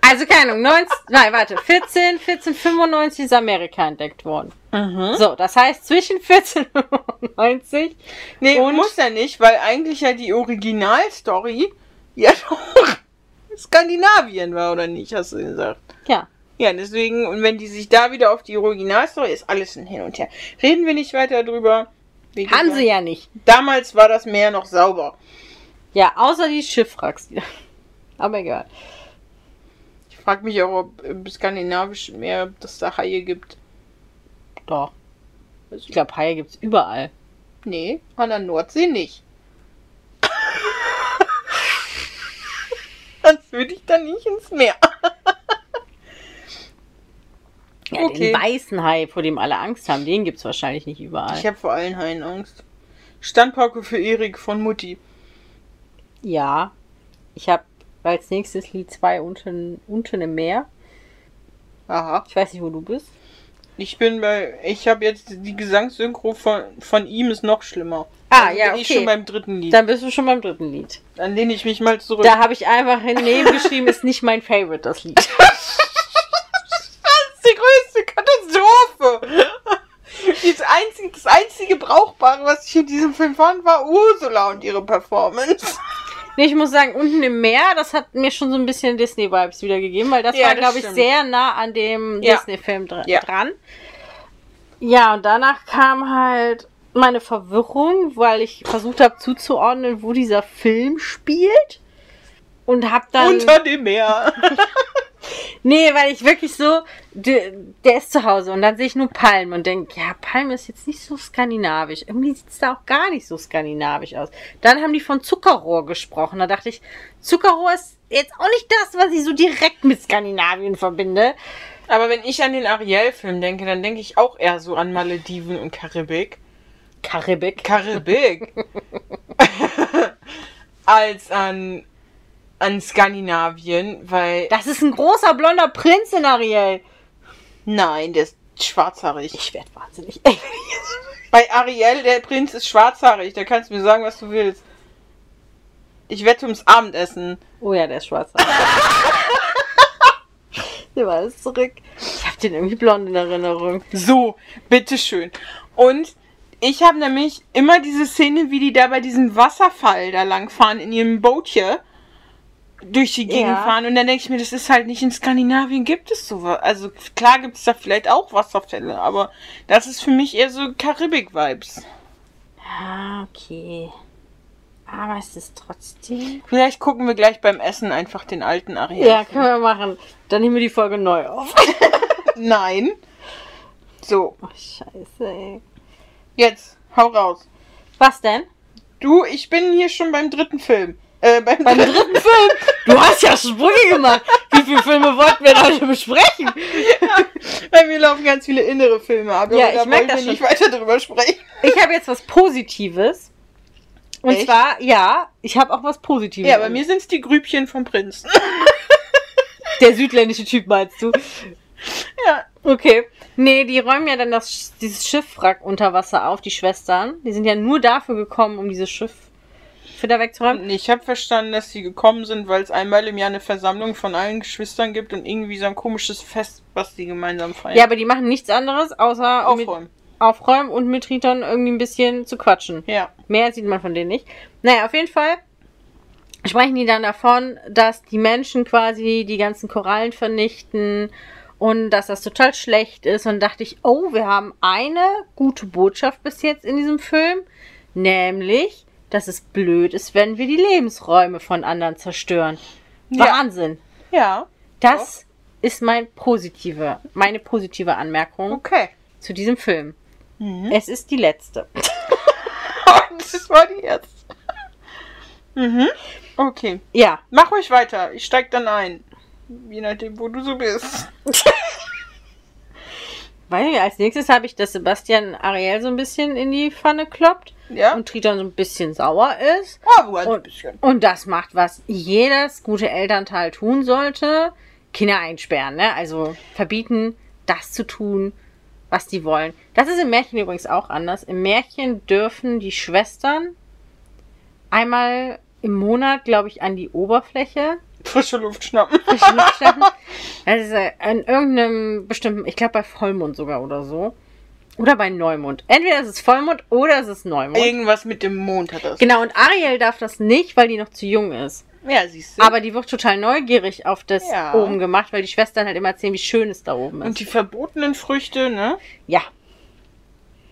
Also keine Ahnung, 19, nein, warte, 14, 1495 ist Amerika entdeckt worden.
mhm.
So, das heißt zwischen 1495
Nee,
Und-
muss ja nicht, weil eigentlich ja die Originalstory ja doch Skandinavien war, oder nicht, hast du gesagt.
Ja.
Ja, deswegen, und wenn die sich da wieder auf die Originalstory, ist alles ein Hin und Her. Reden wir nicht weiter drüber. Wie gesagt,
Haben sie ja nicht.
Damals war das Meer noch sauber.
Ja, außer die Schiffwracks. die- Aber egal.
Ich frage mich auch, ob im skandinavischen Meer, ob das da Haie gibt.
Doch. Ich glaube, Haie gibt's überall.
Nee, an der Nordsee nicht. Sonst würde ich dann nicht ins Meer.
Ja,
Okay.
Den weißen Hai, vor dem alle Angst haben, den gibt's wahrscheinlich nicht überall.
Ich habe vor allen Haien Angst. Standpauke für Erik von Mutti.
ja. Ich habe als nächstes Lied 2 unten, unten im Meer.
Aha.
Ich weiß nicht, wo du bist.
Ich bin bei. Ich habe jetzt die Gesangssynchro von, von ihm ist noch schlimmer.
Ah,
Also
ja,
bin
okay.
ich schon beim dritten Lied.
Dann bist du schon beim dritten Lied.
Dann lehne ich mich mal zurück.
Da habe ich einfach daneben geschrieben, ist nicht mein Favorite, das Lied.
Das ist die größte Katastrophe. Das einzige, das einzige Brauchbare, was ich in diesem Film fand, war Ursula und ihre Performance.
Nee, ich muss sagen, unten im Meer, das hat mir schon so ein bisschen Disney-Vibes wiedergegeben, weil das
Ja,
war,
das
glaube ich,
stimmt.
sehr nah an dem
Ja.
Disney-Film dr
Ja.
dran. Ja, und danach kam halt meine Verwirrung, weil ich versucht habe zuzuordnen, wo dieser Film spielt. Und hab dann.
Unter dem Meer.
nee, weil ich wirklich so. Der, der ist zu Hause und dann sehe ich nur Palm und denke, ja, Palm ist jetzt nicht so skandinavisch. Irgendwie sieht es da auch gar nicht so skandinavisch aus. Dann haben die von Zuckerrohr gesprochen. Da dachte ich, Zuckerrohr ist jetzt auch nicht das, was ich so direkt mit Skandinavien verbinde.
Aber wenn ich an den Ariel-Film denke, dann denke ich auch eher so an Malediven und Karibik.
Karibik.
Karibik. Als an, an Skandinavien, weil.
Das ist ein großer blonder Prinz in Ariel.
Nein, der ist schwarzhaarig.
Ich werd wahnsinnig.
Bei Ariel, der Prinz ist schwarzhaarig, da kannst du mir sagen, was du willst. Ich wette ums Abendessen.
Oh ja, der ist schwarz. Der war alles zurück. Ich hab den irgendwie blond in Erinnerung.
So, bitteschön. Und ich habe nämlich immer diese Szene, wie die da bei diesem Wasserfall da langfahren in ihrem Bootchen durch die Gegend
Ja.
fahren und dann denke ich mir, das ist halt nicht in Skandinavien gibt es sowas. Also klar gibt es da vielleicht auch Wasserfälle, aber das ist für mich eher so Karibik-Vibes.
Ah, okay. Aber es ist trotzdem.
Vielleicht gucken wir gleich beim Essen einfach den alten Ariel.
Ja, können wir machen. Dann nehmen wir die Folge neu auf.
Nein. So,
Oh, scheiße, ey.
jetzt hau raus.
Was denn?
Du, ich bin hier schon beim dritten Film. Äh, beim,
Beim
dritten
dritten Film? Du hast ja Sprünge gemacht. Wie viele Filme wollten wir denn heute besprechen?
Bei mir laufen ganz viele innere Filme ab.
Ja,
aber da
ich merk
wollen wir
das schon.
nicht weiter drüber sprechen.
Ich habe jetzt was Positives. Und
Echt?
zwar, ja, ich habe auch was Positives.
Ja, bei mir sind es die Grübchen vom Prinzen.
Der südländische Typ meinst du?
Ja.
Okay. Nee, die räumen ja dann das, Sch- dieses Schiffwrack unter Wasser auf, die Schwestern. Die sind ja nur dafür gekommen, um dieses Schiff für da wegzuräumen.
Ich habe verstanden, dass sie gekommen sind, weil es einmal im Jahr eine Versammlung von allen Geschwistern gibt und irgendwie so ein komisches Fest, was sie gemeinsam feiern.
Ja, aber die machen nichts anderes, außer
aufräumen.
Mit, aufräumen und mit Triton irgendwie ein bisschen zu quatschen.
Ja.
Mehr sieht man von denen nicht. Naja, auf jeden Fall sprechen die dann davon, dass die Menschen quasi die ganzen Korallen vernichten und dass das total schlecht ist. Und dachte ich, oh, wir haben eine gute Botschaft bis jetzt in diesem Film, nämlich, dass es blöd ist, wenn wir die Lebensräume von anderen zerstören.
Ja.
Wahnsinn.
ja.
Das ist mein positive, meine positive Anmerkung
Okay.
zu diesem Film.
Mhm.
Es ist die letzte.
das war die jetzt. mhm. Okay.
Ja,
Mach ruhig weiter. Ich steig dann ein. Je nachdem, wo du so bist.
Weiß nicht, als nächstes habe ich, dass Sebastian Ariel so ein bisschen in die Pfanne kloppt
Ja?
und Triton so ein bisschen sauer ist.
Ah, wo ein
Und-
bisschen.
Und das macht, was jedes gute Elternteil tun sollte. Kinder einsperren, ne? Also verbieten, das zu tun, was die wollen. Das ist im Märchen übrigens auch anders. Im Märchen dürfen die Schwestern einmal im Monat, glaube ich, an die Oberfläche
Frische Luft schnappen.
frische Luft schnappen. Das ist äh, an irgendeinem bestimmten, ich glaube bei Vollmond sogar oder so. Oder bei Neumond. Entweder ist es Vollmond oder ist es ist Neumond.
Irgendwas mit dem Mond hat das.
Genau, und Ariel darf das nicht, weil die noch zu jung ist.
Ja, siehst du.
Aber die wird total neugierig auf das
Ja.
oben gemacht, weil die Schwestern halt immer erzählen, wie schön es da oben ist.
Und die verbotenen Früchte, ne?
ja.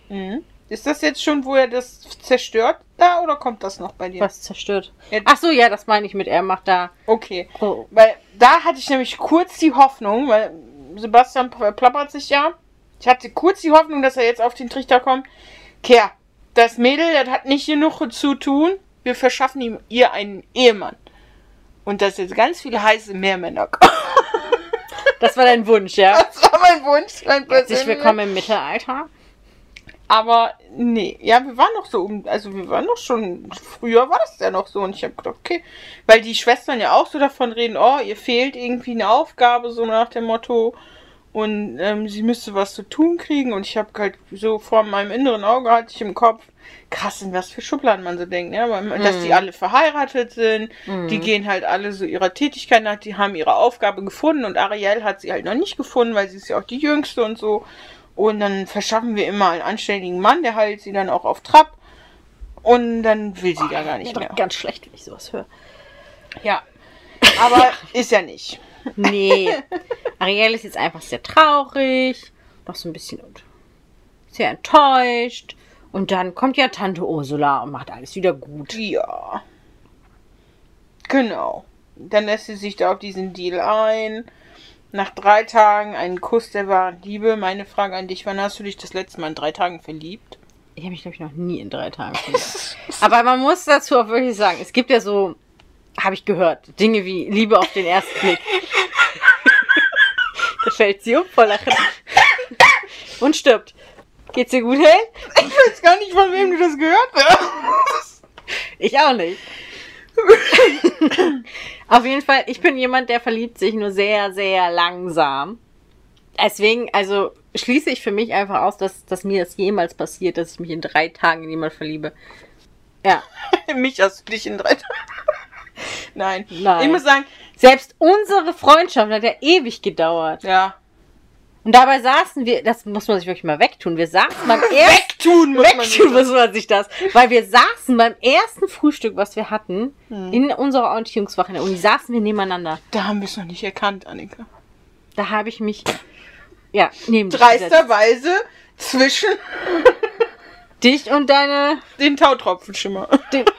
Mhm. Ist das jetzt schon, wo er das zerstört da oder kommt das noch bei dir?
Was zerstört.
Ja.
Ach so, ja, das meine ich mit, er macht da.
Okay.
Oh.
Weil da hatte ich nämlich kurz die Hoffnung, weil Sebastian pl- plappert sich ja. Ich hatte kurz die Hoffnung, dass er jetzt auf den Trichter kommt. Kehr, das Mädel, das hat nicht genug zu tun. Wir verschaffen ihm ihr einen Ehemann. Und dass jetzt ganz viele heiße Meermänner kommen.
Das war dein Wunsch, ja?
Das war mein Wunsch, mein
Herzlich
persönlicher.
willkommen im Mittelalter.
Aber nee, ja, wir waren noch so um, also wir waren noch schon, früher war das ja noch so und ich habe gedacht, okay, weil die Schwestern ja auch so davon reden, oh, ihr fehlt irgendwie eine Aufgabe, so nach dem Motto und ähm, sie müsste was zu tun kriegen und ich habe halt so vor meinem inneren Auge hatte ich im Kopf, krass, in was für Schubladen man so denkt, ne? Aber, Dass die alle verheiratet sind, die gehen halt alle so ihrer Tätigkeit nach, die haben ihre Aufgabe gefunden und Ariel hat sie halt noch nicht gefunden, weil sie ist ja auch die Jüngste und so. Und dann verschaffen wir immer einen anständigen Mann, der halt sie dann auch auf Trab und dann will sie da gar nicht
Mir
mehr.
wird Ganz schlecht, wenn ich sowas höre.
Ja. Aber ist ja nicht.
Nee. Ariel ist jetzt einfach sehr traurig, noch so ein bisschen und sehr enttäuscht. Und dann kommt ja Tante Ursula und macht alles wieder gut.
Ja. Genau. Dann lässt sie sich da auf diesen Deal ein. Nach drei Tagen einen Kuss der wahren Liebe. Meine Frage an dich, wann hast du dich das letzte Mal in drei Tagen verliebt?
Ich habe mich, glaube ich, noch nie in drei Tagen verliebt. Aber man muss dazu auch wirklich sagen, es gibt ja so, habe ich gehört, Dinge wie Liebe auf den ersten Blick. da fällt sie um vor Lachen. Und stirbt. Geht's dir gut, hey?
Ich weiß gar nicht, von wem du das gehört hast.
Ich auch nicht. Auf jeden Fall, ich bin jemand, der verliebt sich nur sehr, sehr langsam. Deswegen, also schließe ich für mich einfach aus, dass, dass mir das jemals passiert, dass ich mich in drei Tagen in jemand verliebe. Ja.
Mich hast du dich in drei Tagen. Nein.
Nein.
Ich muss sagen,
Selbst unsere Freundschaft hat ja ewig gedauert.
ja.
Und dabei saßen wir, das muss man sich wirklich mal wegtun, wir saßen beim ersten
Wegtun muss man
Wegtun muss man sich das. Weil wir saßen beim ersten Frühstück, was wir hatten, in unserer Orientierungswoche in der Uni, saßen wir nebeneinander.
Da haben wir es noch nicht erkannt, Annika.
Da habe ich mich. Ja, neben dich gesetzt.
Dreisterweise zwischen
dich und deine.
den Tautropfenschimmer.
die-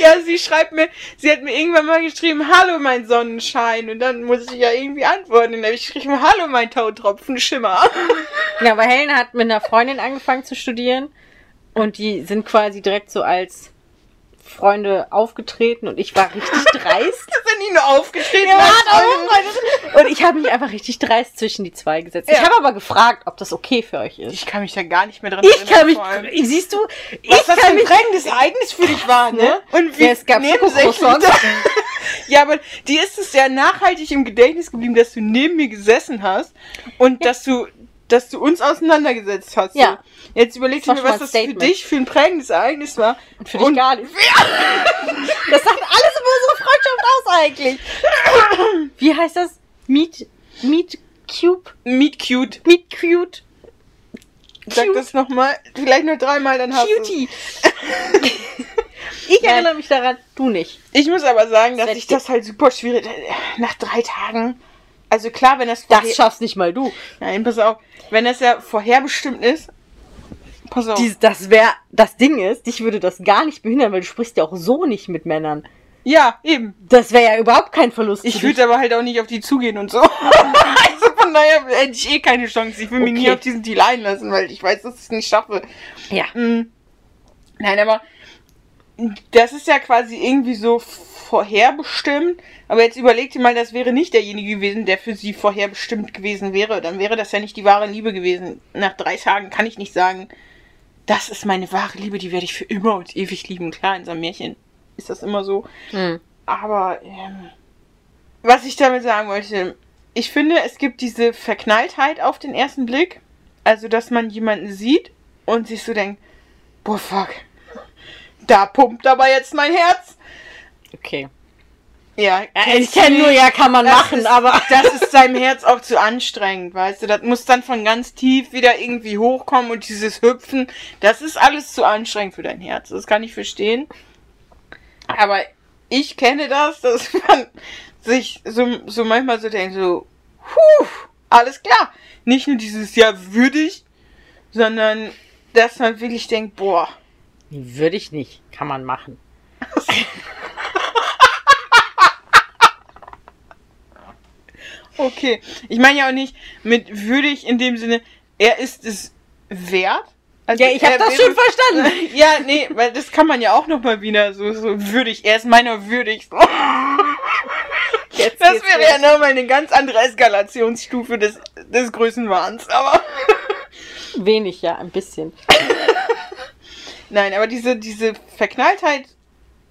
Ja, sie schreibt mir, sie hat mir irgendwann mal geschrieben, hallo mein Sonnenschein. Und dann muss ich ja irgendwie antworten. Und dann habe ich geschrieben, hallo mein Tautropfenschimmer.
ja, aber Helena hat mit einer Freundin angefangen zu studieren und die sind quasi direkt so als Freunde aufgetreten und ich war richtig dreist.
Das sind die nur aufgetreten.
Ja,
als
hat auch
Freunde.
Und ich habe mich einfach richtig dreist zwischen die zwei gesetzt. Ich
Ja.
habe aber gefragt, ob das okay für euch ist.
ich kann mich da gar nicht mehr dran
Ich kann mich,
vor allem.
siehst du, ich
Was das für
kann
ein
mich,
prägendes Ereignis für dich war, ne?
ne?
Und
Ja, es gab
nebensächlich
Schokokroissants.
das- Ja, aber dir ist es sehr nachhaltig im Gedächtnis geblieben, dass du neben mir gesessen hast und dass du dass du uns auseinandergesetzt hast.
Ja.
So. Jetzt überleg dir
Das war
mal, was
schon mal ein
das für
Statement.
dich für ein prägendes Ereignis war. Und
für dich gar nicht. Das sagt alles über unsere Freundschaft aus eigentlich. Wie heißt das? Meet, Meet Cube?
Meet Cute.
Meet Cute?
Sag
Cute.
das nochmal. Vielleicht nur dreimal, dann hast du
Cutie. ich
Nein.
erinnere mich daran, du nicht.
Ich muss aber sagen, dass
Das
ich das halt super schwierig... Nach drei Tagen... Also klar, wenn das... vorher-
schaffst nicht mal du.
Nein, pass auf. Wenn das ja vorherbestimmt ist... Pass auf.
Dies, das wäre das Ding ist, dich würde das gar nicht behindern, weil du sprichst ja auch so nicht mit Männern.
Ja, eben.
Das wäre ja überhaupt kein Verlust.
Ich
für dich.
würde aber halt auch nicht auf die zugehen und so. also von daher hätte ich eh keine Chance. Ich will mich
Okay.
nie auf diesen Deal einlassen, weil ich weiß, dass ich es nicht schaffe.
ja.
Mm. Nein, aber das ist ja quasi irgendwie so vorherbestimmt. Aber jetzt überleg dir mal, das wäre nicht derjenige gewesen, der für sie vorherbestimmt gewesen wäre. Dann wäre das ja nicht die wahre Liebe gewesen. Nach drei Tagen kann ich nicht sagen, das ist meine wahre Liebe, die werde ich für immer und ewig lieben. Klar, in so einem Märchen ist das immer so.
Hm.
Aber ähm, was ich damit sagen wollte, ich finde, es gibt diese Verknalltheit auf den ersten Blick. Also, dass man jemanden sieht und sich so denkt, boah, fuck, da pumpt aber jetzt mein Herz.
Okay.
Ja,
Ja, ich
kennst
kenne
du
nur,
nicht.
ja, kann man
Äh, Das
machen,
ist,
aber.
Das ist seinem Herz auch zu anstrengend, weißt du? Das muss dann von ganz tief wieder irgendwie hochkommen und dieses Hüpfen, das ist alles zu anstrengend für dein Herz. Das kann ich verstehen. Aber ich kenne das, dass man sich so, so manchmal so denkt, so, puh, alles klar. Nicht nur dieses Ja würdig, sondern dass man wirklich denkt, boah,
Nee, würde ich nicht. Kann man machen.
Okay. Ich meine ja auch nicht mit würdig in dem Sinne, er ist es wert. Also
Ja, ich habe
er
das
wäre-
schon verstanden.
Ja, nee, weil das kann man ja auch nochmal wieder so, so würdig. Er ist meiner würdig.
Jetzt
Das
geht's
wäre
los.
ja nochmal eine ganz andere Eskalationsstufe des, des Größenwahns. Aber
Wenig, ja, ein bisschen.
nein, aber diese, diese Verknalltheit,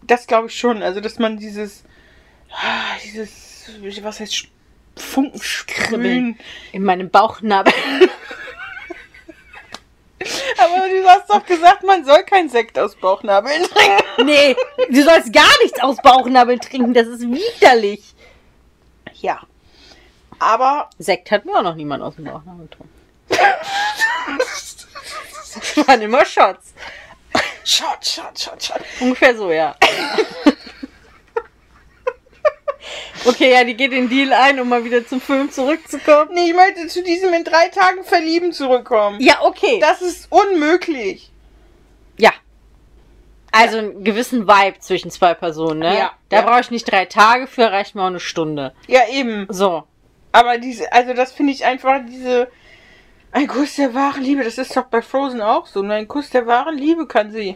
das glaube ich schon. Also, dass man dieses, ah, dieses, was heißt Funken sprühen.
In meinem Bauchnabel.
Aber du hast doch gesagt, man soll keinen Sekt aus Bauchnabeln trinken.
nee, du sollst gar nichts aus Bauchnabeln trinken. Das ist widerlich.
Ja. Aber
Sekt hat mir auch noch niemand aus dem Bauchnabel getrunken. Das waren immer Shots.
Shot, Shot, Shot, Shot.
Ungefähr so, ja. Okay, ja, die geht den Deal ein, um mal wieder zum Film zurückzukommen.
Nee, ich möchte zu diesem in drei Tagen verlieben zurückkommen.
Ja, okay.
Das ist unmöglich.
Ja. Also einen gewissen Vibe zwischen zwei Personen, ne?
Ja.
Da
Ja.
brauche ich nicht drei Tage für, reicht mir auch eine Stunde.
Ja, eben.
So.
Aber diese, also das finde ich einfach diese. Ein Kuss der wahren Liebe, das ist doch bei Frozen auch so. Nur ein Kuss der wahren Liebe kann sie.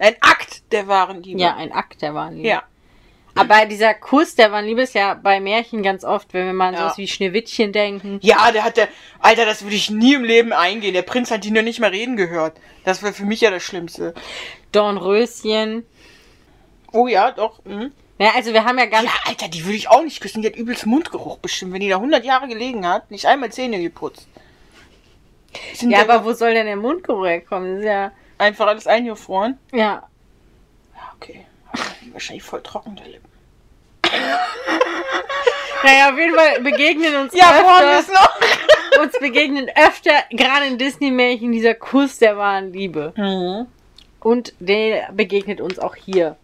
Ein Akt der wahren Liebe.
Ja, ein Akt der Wahnliebe.
Ja.
Aber dieser Kuss der Wahnliebe ist ja bei Märchen ganz oft, wenn wir mal an
Ja.
sowas wie Schneewittchen denken.
Ja, der hat der. Alter, das würde ich nie im Leben eingehen. Der Prinz hat die noch nicht mal reden gehört. Das wäre für mich ja das Schlimmste.
Dornröschen.
Oh ja, doch. Hm.
Ja, also wir haben ja ganz.
Ja, Alter, die würde ich auch nicht küssen. Die hat übelst Mundgeruch bestimmt. Wenn die da 100 Jahre gelegen hat, nicht einmal Zähne geputzt. Sind
Ja,
ja,
aber wo soll denn der Mundgeruch herkommen? Das ist ja.
einfach alles eingefroren.
Ja.
Ja, okay. Wahrscheinlich voll trocken, der Lippen.
Naja, auf jeden Fall begegnen uns
Ja, vorne ist
öfter,
noch.
uns begegnen öfter, gerade in Disney-Märchen, dieser Kuss der wahren Liebe.
Mhm.
Und der begegnet uns auch hier.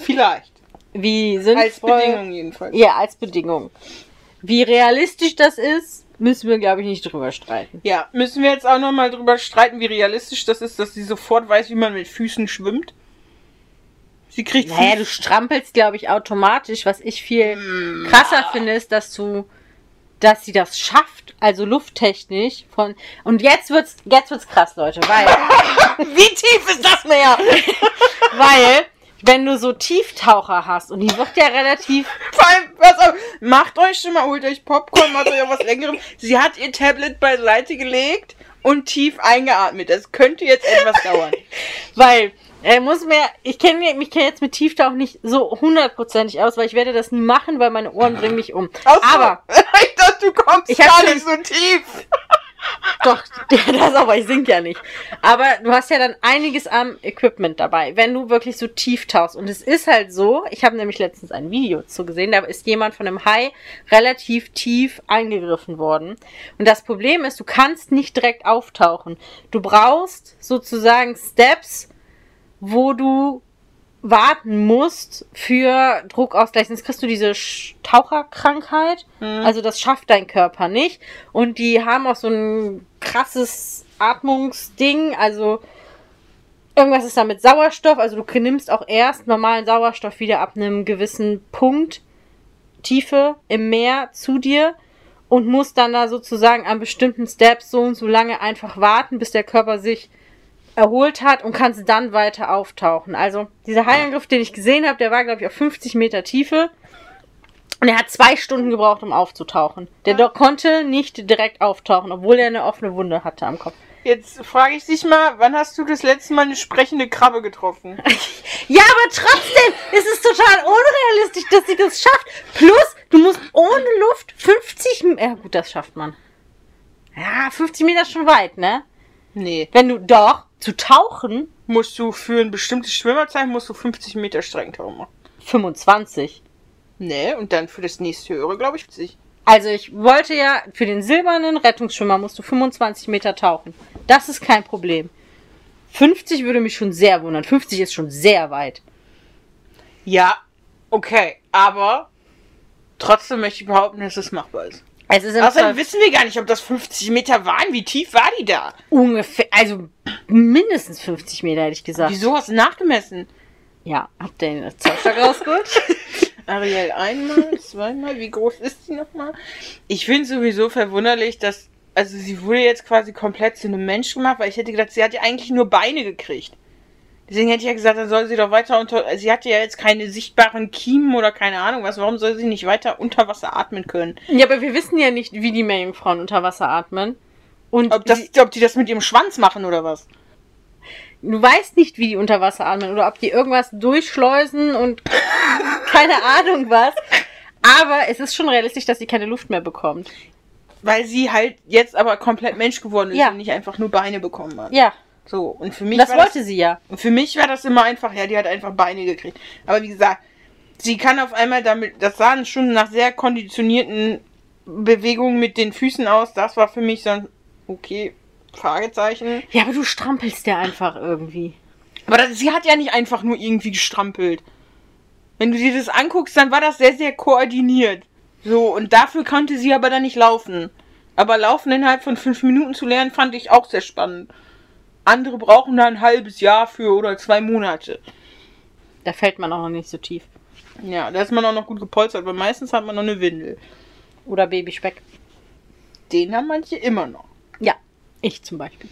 Vielleicht.
Wie sinnvoll.
Als Bedingung jedenfalls.
Ja, als Bedingung. Wie realistisch das ist, müssen wir, glaube ich, nicht drüber streiten.
Ja, müssen wir jetzt auch nochmal drüber streiten, wie realistisch das ist, dass sie sofort weiß, wie man mit Füßen schwimmt. Sie kriegt
Naja, du
Füß-
strampelst, glaube ich, automatisch. Was ich viel krasser finde, ist, dass du, dass sie das schafft, also lufttechnisch von. Und jetzt wird's, jetzt wird's krass, Leute, weil,
Wie tief ist das Meer?
weil, wenn du so Tieftaucher hast und die wird ja relativ,
Vor allem, pass auf, macht euch schon mal, holt euch Popcorn, macht euch auch was längerem. Sie hat ihr Tablet beiseite gelegt und tief eingeatmet. Das könnte jetzt etwas dauern.
weil, er muss mir, ich kenne mich kenn jetzt mit Tieftauchen nicht so hundertprozentig aus, weil ich werde das nie machen, weil meine Ohren bringen mich um.
Außer-
Aber
ich dachte, du kommst
Ich hab
gar
schon-
nicht so tief.
Doch, das aber, ich sink ja nicht. Aber du hast ja dann einiges am Equipment dabei, wenn du wirklich so tief tauchst. Und es ist halt so, ich habe nämlich letztens ein Video zu gesehen, da ist jemand von einem Hai relativ tief eingegriffen worden. Und das Problem ist, du kannst nicht direkt auftauchen. Du brauchst sozusagen Steps, wo du warten musst für Druckausgleich, sonst kriegst du diese Sch- Taucherkrankheit. Also das schafft dein Körper nicht. Und die haben auch so ein krasses Atmungsding. Also irgendwas ist da mit Sauerstoff. Also du nimmst auch erst normalen Sauerstoff wieder ab einem gewissen Punkt Tiefe im Meer zu dir und musst dann da sozusagen an bestimmten Steps so und so lange einfach warten, bis der Körper sich erholt hat und kannst dann weiter auftauchen. Also dieser Haiangriff, den ich gesehen habe, der war glaube ich auf 50 Meter Tiefe. Und er hat zwei Stunden gebraucht, um aufzutauchen. Der Doc konnte nicht direkt auftauchen, obwohl er eine offene Wunde hatte am Kopf.
Jetzt frage ich dich mal, wann hast du das letzte Mal eine sprechende Krabbe getroffen?
Ja, aber trotzdem ist es total unrealistisch, dass sie das schafft. Plus, du musst ohne Luft 50 Meter. Ja, gut, das schafft man. Ja, 50 Meter ist schon weit, ne?
Nee.
Wenn du doch zu tauchen,
Musst du für ein bestimmtes Schwimmerzeichen musst du 50 Meter Streckentau machen.
25.
Nee, und dann für das nächste höhere, glaube ich, 50.
Also ich wollte ja, für den silbernen Rettungsschwimmer musst du 25 Meter tauchen. Das ist kein Problem. 50 würde mich schon sehr wundern. 50 ist schon sehr weit.
Ja, okay, aber trotzdem möchte ich behaupten, dass es machbar ist.
Also Es ist im
Außerdem
Zweifel-
wissen wir gar nicht, ob das 50 Meter waren. Wie tief war die da?
ungefähr, also mindestens 50 Meter, hätte ich gesagt.
Wieso hast du nachgemessen?
Ja, habt ihr den Zollstock rausgeholt?
Ariel einmal, zweimal, wie groß ist die nochmal? Ich finde sowieso verwunderlich, dass. Also sie wurde jetzt quasi komplett zu einem Mensch gemacht, weil ich hätte gedacht, sie hat ja eigentlich nur Beine gekriegt. Deswegen hätte ich ja gesagt, dann soll sie doch weiter unter. Sie hatte ja jetzt keine sichtbaren Kiemen oder keine Ahnung was. Warum soll sie nicht weiter unter Wasser atmen können?
ja, aber wir wissen ja nicht, wie die Meerjungfrauen unter Wasser atmen. Und
Ob, das,
die,
ob die das mit ihrem Schwanz machen oder was?
du weißt nicht, wie die unter Wasser atmen oder ob die irgendwas durchschleusen und keine Ahnung was. Aber es ist schon realistisch, dass sie keine Luft mehr bekommt.
Weil sie halt jetzt aber komplett Mensch geworden ist
Ja.
und nicht einfach nur Beine bekommen hat.
Ja,
So, und für mich
das
war
wollte sie ja.
Und für mich war das immer einfach, ja, die hat einfach Beine gekriegt. Aber wie gesagt, sie kann auf einmal damit, das sahen schon nach sehr konditionierten Bewegungen mit den Füßen aus. Das war für mich dann, okay, Fragezeichen.
Ja, aber du strampelst ja einfach irgendwie.
Aber das, sie hat ja nicht einfach nur irgendwie gestrampelt. Wenn du dir das anguckst, dann war das sehr, sehr koordiniert. So, und dafür konnte sie aber dann nicht laufen. Aber laufen innerhalb von fünf Minuten zu lernen, fand ich auch sehr spannend. Andere brauchen da ein halbes Jahr für oder zwei Monate.
Da fällt man auch noch nicht so tief.
Ja, da ist man auch noch gut gepolstert, weil meistens hat man noch eine Windel.
Oder Babyspeck.
Den haben manche immer noch.
Ja, ich zum Beispiel.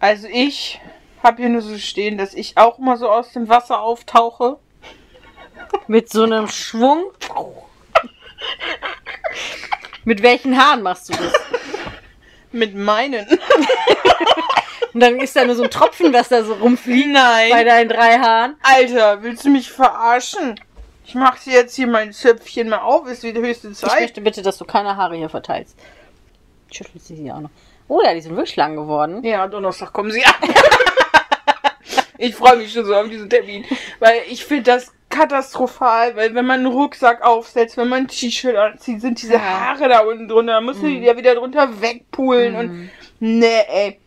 Also ich habe hier nur so stehen, dass ich auch immer so aus dem Wasser auftauche.
Mit so einem Schwung. Mit welchen Haaren machst du das?
Mit meinen.
Und dann ist da nur so ein Tropfen, was da so rumfliegt bei
Nein.
deinen drei Haaren.
Alter, willst du mich verarschen? Ich mach sie jetzt hier mein Zöpfchen mal auf, ist wieder höchste
Ich
Zeit.
möchte bitte, dass du keine Haare hier verteilst. Schüttelt sie hier auch noch. Oh ja, die sind wirklich lang geworden.
Ja, Donnerstag kommen sie ab. ich freue mich schon so auf diesen Termin, weil ich finde das katastrophal, weil wenn man einen Rucksack aufsetzt, wenn man ein T-Shirt anzieht, sind diese
Ja.
Haare da unten drunter, dann musst du die
Mhm.
ja wieder drunter wegpulen und
Mhm.
nee, ey.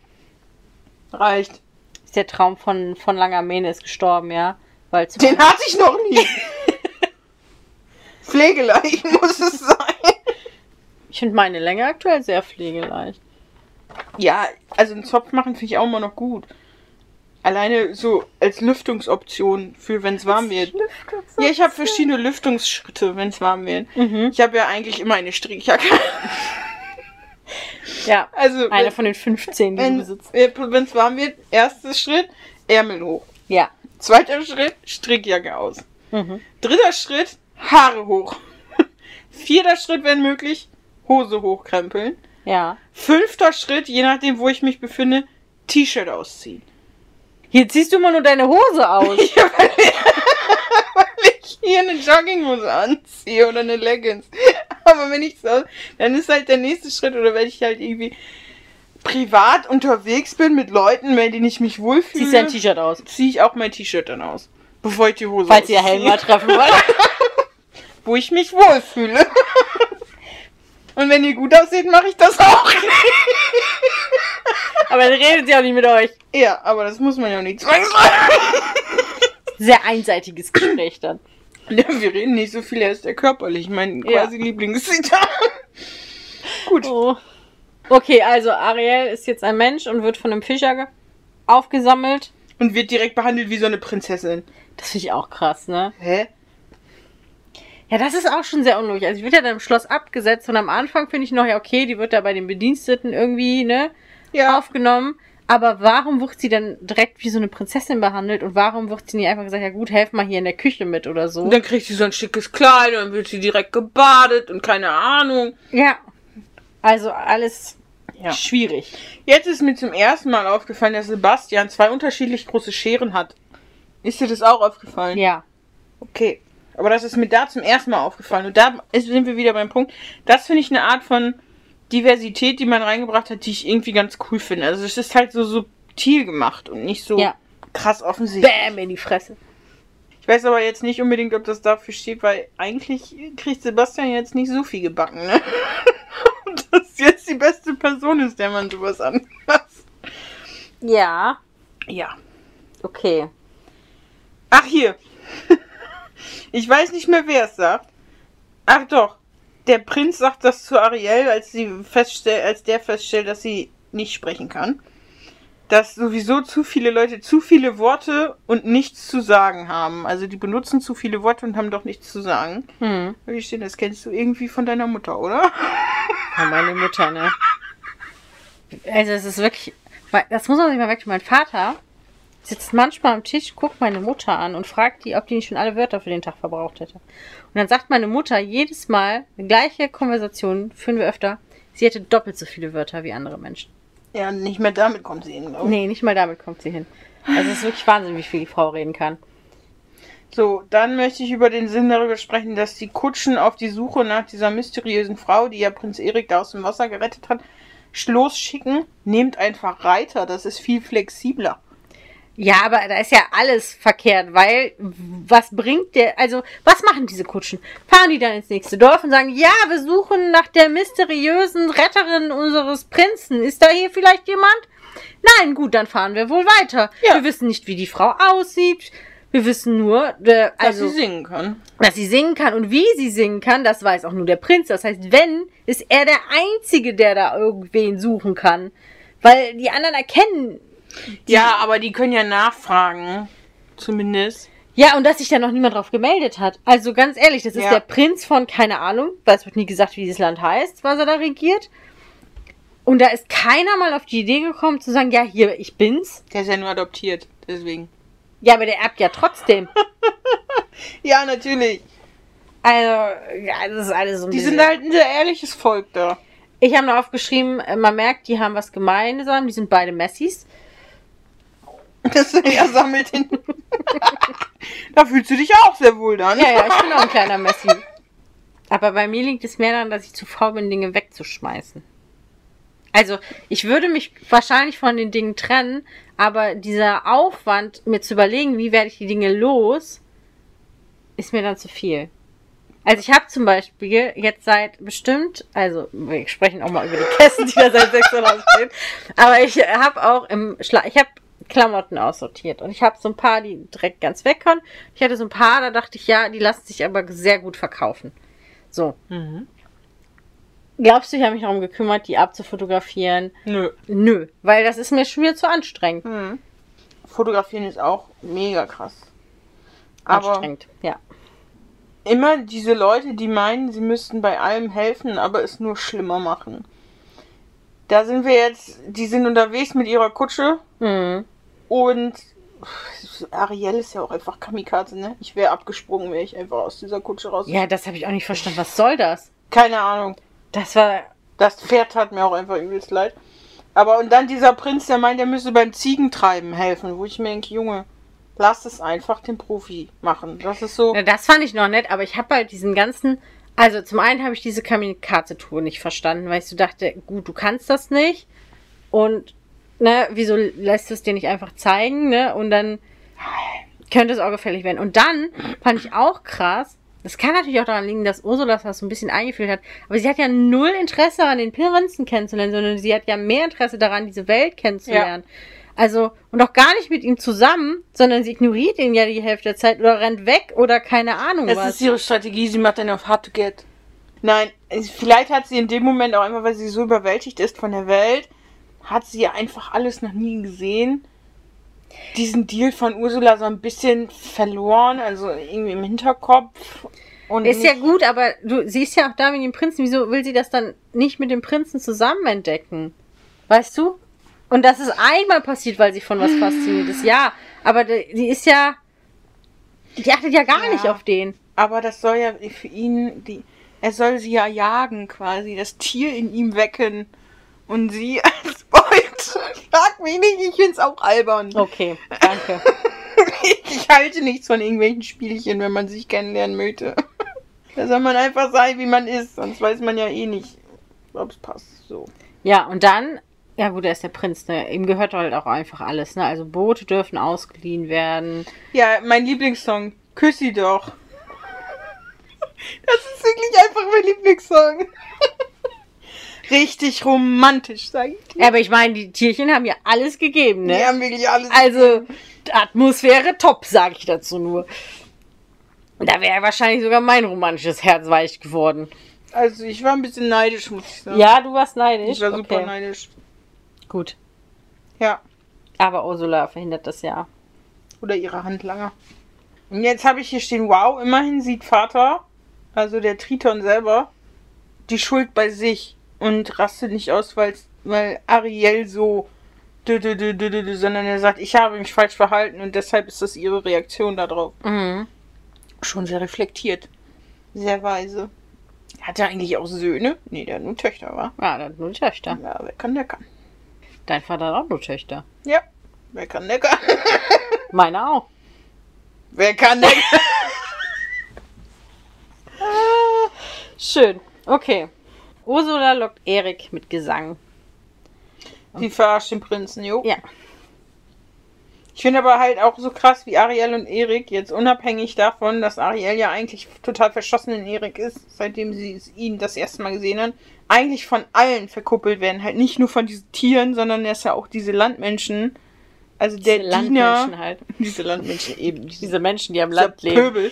Reicht.
Ist Der Traum von, von langer Mähne ist gestorben, ja. Weil zu
Den hatte ich noch nie. Pflegeleicht muss es sein.
ich finde meine Länge aktuell sehr pflegeleicht.
Ja, also einen Zopf machen finde ich auch immer noch gut. Alleine so als Lüftungsoption für wenn es warm wird. Ja, ich habe verschiedene Lüftungsschritte, wenn es warm wird.
Mhm.
Ich habe ja eigentlich immer eine Strickjacke.
Ja,
Also,
eine von den 15, die du
wenn
besitzt.
es warm wird, erster Schritt, Ärmel hoch.
Ja.
Zweiter Schritt, Strickjacke aus.
Mhm.
Dritter Schritt, Haare hoch. Vierter Schritt, wenn möglich, Hose hochkrempeln.
Ja.
Fünfter Schritt, je nachdem, wo ich mich befinde, T-Shirt ausziehen.
Hier ziehst du immer nur deine Hose aus.
halt Weil ich hier eine Jogginghose anziehe oder eine Leggings. Aber wenn ich so, dann ist halt der nächste Schritt oder wenn ich halt irgendwie privat unterwegs bin mit Leuten, bei denen ich mich wohlfühle,
Ziehst dein T-Shirt aus.
ziehe ich auch mein T-Shirt dann aus. Bevor ich die Hose
Falls ihr
ausziehe,
Helma treffen wollt.
Wo ich mich wohlfühle. Und wenn ihr gut aussieht, mache ich das auch.
Aber dann redet sie auch nicht mit euch.
Ja, aber das muss man ja nicht zwangsläufig.
Sehr einseitiges Gespräch dann.
Ja, wir reden nicht so viel, er ist ja körperlich. Mein
Ja.
quasi Lieblingszitat. Gut.
Oh. Okay, also Ariel ist jetzt ein Mensch und wird von einem Fischer ge- aufgesammelt.
Und wird direkt behandelt wie so eine Prinzessin.
Das finde ich auch krass, ne?
Hä?
Ja, das ist auch schon sehr unlogisch. Also, ich wird ja dann im Schloss abgesetzt und am Anfang finde ich noch, ja, okay, die wird da bei den Bediensteten irgendwie, ne,
Ja.
aufgenommen. Aber warum wird sie dann direkt wie so eine Prinzessin behandelt und warum wird sie nicht einfach gesagt, ja gut, helf mal hier in der Küche mit oder so?
Und dann kriegt sie so ein schickes Kleid und dann wird sie direkt gebadet und keine Ahnung.
Ja. Also alles
Ja.
schwierig.
Jetzt ist mir zum ersten Mal aufgefallen, dass Sebastian zwei unterschiedlich große Scheren hat. Ist dir das auch aufgefallen?
Ja.
Okay. Aber das ist mir da zum ersten Mal aufgefallen. Und da ist, sind wir wieder beim Punkt. Das finde ich eine Art von Diversität, die man reingebracht hat, die ich irgendwie ganz cool finde. Also es ist halt so subtil gemacht und nicht so
Ja.
krass offensichtlich.
Bäm in die Fresse.
Ich weiß aber jetzt nicht unbedingt, ob das dafür steht, weil eigentlich kriegt Sebastian jetzt nicht so viel gebacken, ne? Und das jetzt die beste Person ist, der man sowas anpasst.
Ja.
Ja.
Okay.
Ach hier. Ich weiß nicht mehr, wer es sagt. Ach doch. Der Prinz sagt das zu Ariel, als sie feststellt, als der feststellt, dass sie nicht sprechen kann. Dass sowieso zu viele Leute zu viele Worte und nichts zu sagen haben. Also die benutzen zu viele Worte und haben doch nichts zu sagen.
Hm.
Hab ich stehen, das kennst du irgendwie von deiner Mutter, oder?
Ja, meine Mutter, ne? Also es ist wirklich. Das muss man sich mal weg. Mein Vater sitzt manchmal am Tisch, guckt meine Mutter an und fragt die, ob die nicht schon alle Wörter für den Tag verbraucht hätte. Und dann sagt meine Mutter jedes Mal, die gleiche Konversation führen wir öfter, sie hätte doppelt so viele Wörter wie andere Menschen.
Ja, nicht mehr damit Oh. kommt sie hin, glaube ich.
Nee, nicht mal damit kommt sie hin. Also es ist wirklich Wahnsinn, wie viel die Frau reden kann.
So, dann möchte ich über den Sinn darüber sprechen, dass die Kutschen auf die Suche nach dieser mysteriösen Frau, die ja Prinz Erik da aus dem Wasser gerettet hat, losschicken. Nehmt einfach Reiter, das ist viel flexibler.
Ja, aber da ist ja alles verkehrt, weil was bringt der, also was machen diese Kutschen? Fahren die dann ins nächste Dorf und sagen, ja, wir suchen nach der mysteriösen Retterin unseres Prinzen. Ist da hier vielleicht jemand? Nein, gut, dann fahren wir wohl weiter.
Ja.
Wir wissen nicht, wie die Frau aussieht. Wir wissen nur, äh,
Dass
also,
sie singen kann.
dass sie singen kann und wie sie singen kann, das weiß auch nur der Prinz. Das heißt, wenn, ist er der Einzige, der da irgendwen suchen kann. Weil die anderen erkennen
Ja, aber die können ja nachfragen. Zumindest.
Ja, und dass sich da noch niemand drauf gemeldet hat. Also ganz ehrlich, das ist
Ja.
der Prinz von, keine Ahnung, weil es wird nie gesagt, wie dieses Land heißt, was er da regiert. Und da ist keiner mal auf die Idee gekommen zu sagen, ja, hier, ich bin's.
Der ist ja nur adoptiert, deswegen.
Ja, aber der erbt ja trotzdem.
Ja, natürlich.
Also, ja, das ist alles so ein
Die
bisschen-
sind halt ein sehr ehrliches Volk da.
Ich habe noch aufgeschrieben, äh, man merkt, die haben was gemeinsam, die sind beide Messis.
Das ja sammelt hin. da fühlst du dich auch sehr wohl dann.
Ja, ja, ich bin auch ein kleiner Messi. Aber bei mir liegt es mehr daran, dass ich zu faul bin, Dinge wegzuschmeißen. Also, ich würde mich wahrscheinlich von den Dingen trennen, aber dieser Aufwand, mir zu überlegen, wie werde ich die Dinge los, ist mir dann zu viel. Also ich habe zum Beispiel jetzt seit bestimmt, also wir sprechen auch mal über die Kästen, die da seit 6 Uhr stehen, aber ich habe auch im Schla ich habe Klamotten aussortiert und ich habe so ein paar, die direkt ganz weg können. Ich hatte so ein paar, da dachte ich, ja, die lassen sich aber sehr gut verkaufen. So,
Mhm.
glaubst du, ich habe mich darum gekümmert, die abzufotografieren?
Nö.
Nö, weil das ist mir schon wieder zu anstrengend.
Mhm. Fotografieren ist auch mega krass. Aber
anstrengend, ja.
immer diese Leute, die meinen, sie müssten bei allem helfen, aber es nur schlimmer machen. Da sind wir jetzt, die sind unterwegs mit ihrer Kutsche
Mhm.
und pff, Ariel ist ja auch einfach Kamikaze, ne? Ich wäre abgesprungen, wäre ich einfach aus dieser Kutsche raus.
Ja, das habe ich auch nicht verstanden. Was soll das?
Keine Ahnung.
Das war
Das Pferd tat mir auch einfach übelst leid. Aber und dann dieser Prinz, der meint, er müsse beim Ziegentreiben helfen, wo ich mir denke, Junge, lass es einfach den Profi machen. Das ist so.
Na, das fand ich noch nett, aber ich habe halt diesen ganzen. Also zum einen habe ich diese Kamikaze-Tour nicht verstanden, weil ich so dachte, gut, du kannst das nicht. Und ne, wieso lässt du es dir nicht einfach zeigen, ne? Und dann könnte es auch gefährlich werden. Und dann fand ich auch krass, das kann natürlich auch daran liegen, dass Ursula das so ein bisschen eingeführt hat, aber sie hat ja null Interesse an den Prinzen kennenzulernen, sondern sie hat ja mehr Interesse daran, diese Welt kennenzulernen. Also, und auch gar nicht mit ihm zusammen, sondern sie ignoriert ihn ja die Hälfte der Zeit oder rennt weg oder keine Ahnung
Das
was.
ist ihre Strategie, sie macht einen auf hard to get. Nein, es- vielleicht hat sie in dem Moment auch einfach, weil sie so überwältigt ist von der Welt, hat sie einfach alles noch nie gesehen. Diesen Deal von Ursula so ein bisschen verloren, also irgendwie im Hinterkopf. Und
Ist ja gut, aber du siehst ja auch da mit dem Prinzen, wieso will sie das dann nicht mit dem Prinzen zusammen entdecken? Weißt du? Und das ist einmal passiert, weil sie von was fasziniert ist, ja. Aber die die ist ja. Die achtet ja gar
Ja.
nicht auf den.
Aber das soll ja für ihn, die, er soll sie ja jagen quasi, das Tier in ihm wecken. Und sie als Beute. Frag mich nicht, ich find's auch albern.
Okay, danke.
Ich halte nichts von irgendwelchen Spielchen, wenn man sich kennenlernen möchte. Da soll man einfach sein, wie man ist, sonst weiß man ja eh nicht, ob's passt. So.
Ja, und dann. Ja, gut, er ist der Prinz, ne? Ihm gehört halt auch einfach alles, ne? Also Boote dürfen ausgeliehen werden.
Ja, mein Lieblingssong. Küss sie doch. Das ist wirklich einfach mein Lieblingssong. Richtig romantisch, sag ich dir.
Ja, aber ich meine, die Tierchen haben ja alles gegeben, ne?
Die haben wirklich alles
Also, Atmosphäre top, sage ich dazu nur. Da wäre wahrscheinlich sogar mein romantisches Herz weich geworden.
Also ich war ein bisschen neidisch, muss ich
Ja,
sagen.
du warst neidisch.
ich war super
okay.
neidisch.
Gut.
Ja,
Aber Ursula verhindert das ja.
oder ihre Handlanger. Und jetzt habe ich hier stehen, wow, immerhin sieht Vater, also der Triton selber, die Schuld bei sich und rastet nicht aus, weil's, weil Ariel so dü- dü- dü- dü- dü- dü, sondern er sagt, ich habe mich falsch verhalten und deshalb ist das ihre Reaktion darauf.
Mhm.
Schon sehr reflektiert. Sehr weise. Hat er eigentlich auch Söhne? Nee, der hat nur Töchter, war.
Ja, dann nur die Töchter.
Ja, wer kann, der kann.
Dein Vater hat auch nur Töchter.
Ja, wer kann, der kann.
Meine auch.
Wer kann denn?
Schön. Okay. Ursula lockt Erik mit Gesang.
Die verarscht den Prinzen, jo.
Ja.
Ich finde aber halt auch so krass, wie Ariel und Erik jetzt unabhängig davon, dass Ariel ja eigentlich total verschossen in Erik ist, seitdem sie es ihn das erste Mal gesehen hat, eigentlich von allen verkuppelt werden. Halt nicht nur von diesen Tieren, sondern er ist ja auch diese Landmenschen. Also der
Diese
Diener.
halt.
Diese Landmenschen eben. Diese
Diese Menschen, die am
dieser
Land leben.
Pöbel.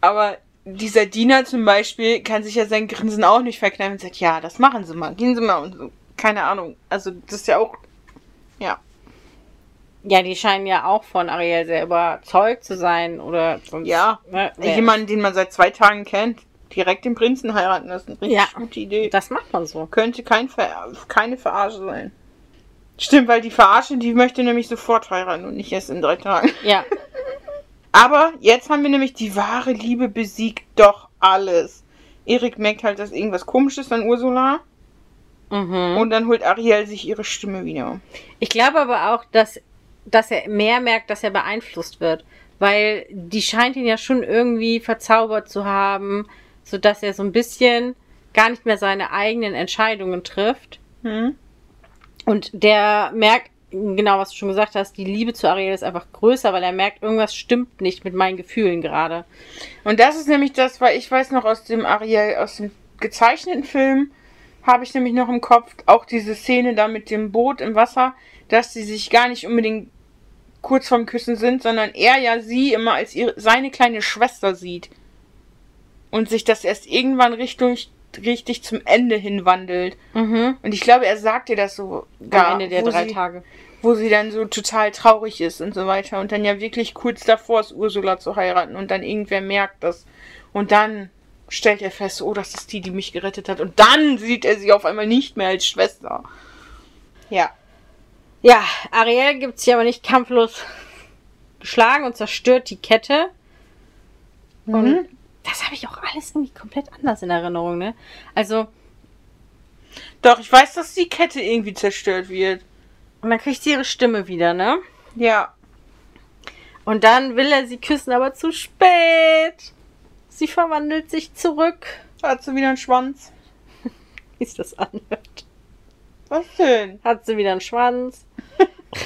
Aber dieser Diener zum Beispiel kann sich ja sein Grinsen auch nicht verkneifen und sagt, ja, das machen sie mal, gehen sie mal und so. Keine Ahnung. Also das ist ja auch. Ja.
Ja, die scheinen ja auch von Ariel sehr überzeugt zu sein oder sonst.
Ja.
Ne, wer-
Jemanden, den man seit zwei Tagen kennt, direkt den Prinzen heiraten, das ist eine richtig
Ja.
gute Idee.
Das macht man so.
Könnte kein Ver keine Verarsche sein. Stimmt, weil die Verarsche, die möchte nämlich sofort heiraten und nicht erst in drei Tagen.
Ja.
Aber jetzt haben wir nämlich die wahre Liebe besiegt doch alles. Erik merkt halt, dass irgendwas komisch ist an Ursula.
Mhm.
Und dann holt Ariel sich ihre Stimme wieder.
Ich glaube aber auch, dass, dass er mehr merkt, dass er beeinflusst wird. Weil die scheint ihn ja schon irgendwie verzaubert zu haben, sodass er so ein bisschen gar nicht mehr seine eigenen Entscheidungen trifft.
Hm?
Und der merkt, genau was du schon gesagt hast, die Liebe zu Ariel ist einfach größer, weil er merkt, irgendwas stimmt nicht mit meinen Gefühlen gerade.
Und das ist nämlich das, weil ich weiß noch aus dem Ariel, aus dem gezeichneten Film, habe ich nämlich noch im Kopf auch diese Szene da mit dem Boot im Wasser, dass sie sich gar nicht unbedingt kurz vorm Küssen sind, sondern er ja sie immer als ihre, seine kleine Schwester sieht. Und sich das erst irgendwann richtig, richtig zum Ende hin wandelt.
Mhm.
Und ich glaube, er sagt ihr das so
Am
gar
Ende der
wo
drei
sie-
Tage.
wo sie dann so total traurig ist und so weiter und dann ja wirklich kurz davor ist, Ursula zu heiraten und dann irgendwer merkt das. Und dann stellt er fest, oh, das ist die, die mich gerettet hat. Und dann sieht er sie auf einmal nicht mehr als Schwester. Ja.
Ja, Ariel gibt sich aber nicht kampflos geschlagen und zerstört die Kette.
Mhm.
Und das habe ich auch alles irgendwie komplett anders in Erinnerung, ne? Also,
Doch, ich weiß, dass die Kette irgendwie zerstört wird.
und dann kriegt sie ihre Stimme wieder, ne?
Ja.
Und dann will er sie küssen, aber zu spät. Sie verwandelt sich zurück,
Hat sie wieder einen Schwanz?
wie es das anhört.
Was denn?
Hat sie wieder einen Schwanz.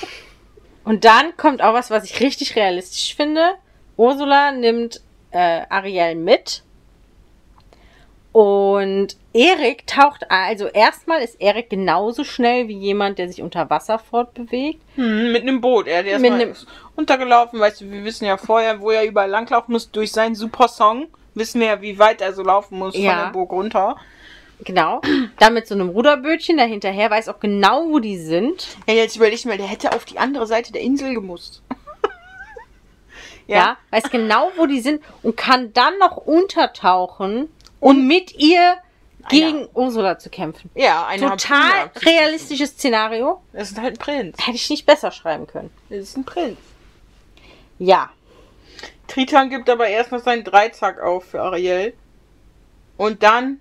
und dann kommt auch was, was ich richtig realistisch finde. Ursula nimmt äh, Ariel mit. Und Erik taucht, also erstmal ist Erik genauso schnell wie jemand, der sich unter Wasser fortbewegt.
Hm, mit einem Boot. Er hat
Mit
erstmal
einem-
runtergelaufen, weißt du, wir wissen ja vorher, wo er überall langlaufen muss. Durch seinen Supersong wissen wir ja, wie weit er so laufen muss von
Ja.
der Burg runter.
Genau. Dann mit so einem Ruderbötchen dahinterher, weiß auch genau, wo die sind.
Ja, jetzt überleg mal, der hätte auf die andere Seite der Insel gemusst.
Ja. Weiß genau, wo die sind und kann dann noch untertauchen, um
Und-
mit ihr gegen Ursula zu kämpfen.
Ja, ja eine
Total
Harpune.
realistisches Szenario.
Das ist halt ein Prinz.
Hätte ich nicht besser schreiben können.
Das ist ein Prinz.
Ja.
Triton gibt aber erst noch seinen Dreizack auf für Ariel. Und dann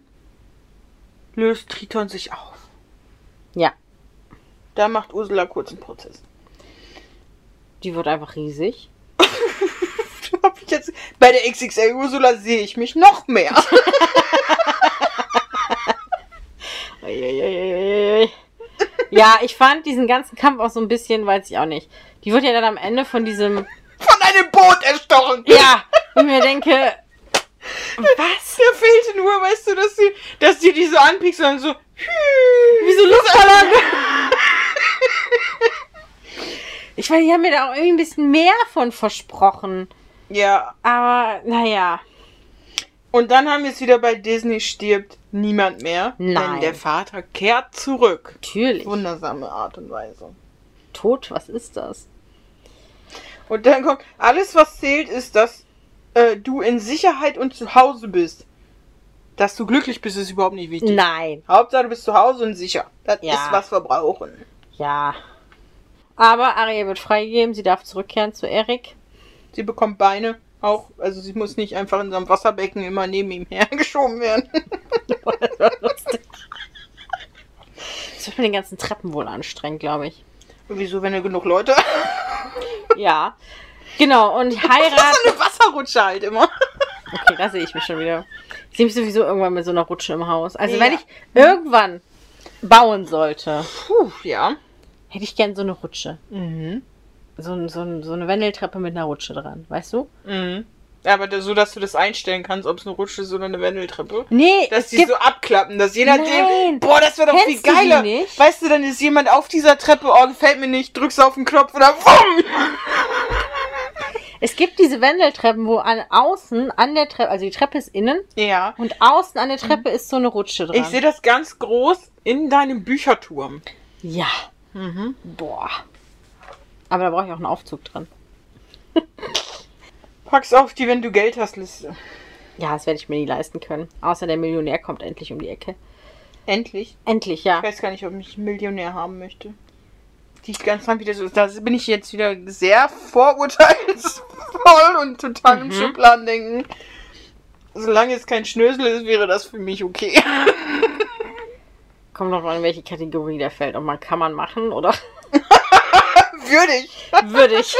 löst Triton sich auf.
Ja.
Da macht Ursula kurz einen Prozess.
Die wird einfach riesig.
Hab ich jetzt, bei der XXL Ursula sehe ich mich noch mehr.
Eieieiei. Ja, ich fand diesen ganzen Kampf auch so ein bisschen, weiß ich auch nicht. Die wird ja dann am Ende von diesem.
Von einem Boot erstochen.
Ja, wo ich mir denke, was?
Mir fehlte nur, weißt du, dass sie, dass sie die so anpiekst und dann so.
Wie so Luftballon. ich meine, die haben mir da auch irgendwie ein bisschen mehr von versprochen.
Ja,
Aber naja.
Und dann haben wir es wieder bei Disney stirbt niemand mehr.
Nein.
Denn der Vater kehrt zurück.
Natürlich.
Wundersame Art und Weise.
Tot, was ist das?
Und dann kommt, alles was zählt ist, dass äh, du in Sicherheit und zu Hause bist. Dass du glücklich bist, ist überhaupt nicht wichtig.
Nein.
Hauptsache du bist zu Hause und sicher. Das
Ja.
ist, was wir brauchen.
Ja. Aber Ariel wird freigegeben, sie darf zurückkehren zu Erik.
Sie bekommt Beine auch. Also sie muss nicht einfach in so einem Wasserbecken immer neben ihm hergeschoben werden.
Das wird mit den ganzen Treppen wohl anstrengend, glaube ich.
Wieso, wenn er genug Leute...
Ja. Genau, und heiraten.
So eine Wasserrutsche halt immer.
Okay, da sehe ich mich schon wieder. Ich sehe mich sowieso irgendwann mit so einer Rutsche im Haus. Also, wenn
Ja.
ich irgendwann bauen sollte,
Puh, ja.
hätte ich gern so eine Rutsche.
Mhm.
So, ein- so, ein- so eine Wendeltreppe mit einer Rutsche dran, weißt du?
Mhm. Aber da- so, dass du das einstellen kannst, ob es eine Rutsche ist oder eine Wendeltreppe.
Nee,
Dass
es
die
gibt.
so abklappen, dass je nachdem.
Nein.
Boah, das wäre doch viel
Kennst du die
geiler.
nicht?
Weißt du, dann ist jemand auf dieser Treppe, oh, gefällt mir nicht, drückst auf den Knopf oder wumm!
Es gibt diese Wendeltreppen, wo an außen an der Treppe, also die Treppe ist innen
Ja.
und außen an der Treppe ist so eine Rutsche dran.
Mhm. Ich sehe das ganz groß in deinem Bücherturm.
ja,
Mhm.
boah. Aber da brauche ich auch einen Aufzug dran.
Pack's auf die Wenn du Geld hast Liste.
Ja, das werde ich mir nie leisten können. Außer der Millionär kommt endlich um die Ecke.
Endlich.
Endlich, ja.
Ich weiß gar nicht, ob ich einen Millionär haben möchte. Die ich ganz dran wieder so. Da bin ich jetzt wieder sehr vorurteilsvoll und total im
Mhm.
Schubladen denken. Solange es kein Schnösel ist, wäre das für mich okay.
Kommt noch an, in welche Kategorie der fällt. Ob man kann man machen oder
Würde ich.
würde ich.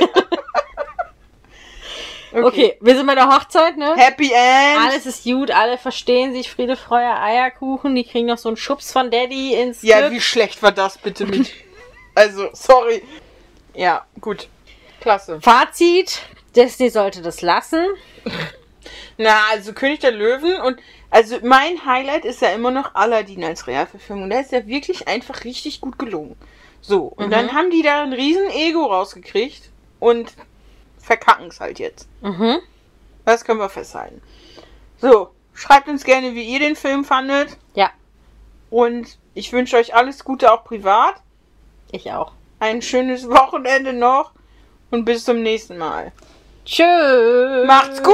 Okay. wir sind bei der Hochzeit, ne?
Happy End.
Alles ist gut, alle verstehen sich, Friede, Freude, Eierkuchen. Die kriegen noch so einen Schubs von Daddy ins
Ja,
Glück.
wie schlecht war das bitte mit? Also, sorry. Ja, gut. Klasse.
Fazit, Disney sollte das lassen.
Na, also König der Löwen und also mein Highlight ist ja immer noch Aladdin als Realverfilmung. Der ist ja wirklich einfach richtig gut gelungen. So, und
Mhm.
dann haben die da ein riesen Ego rausgekriegt und verkacken es halt jetzt.
Mhm.
Das können wir festhalten. So, schreibt uns gerne, wie ihr den Film fandet
Ja,
und ich wünsche euch alles Gute auch privat.
ich auch.
Ein schönes Wochenende noch und bis zum nächsten Mal.
Tschüss.
Macht's gut!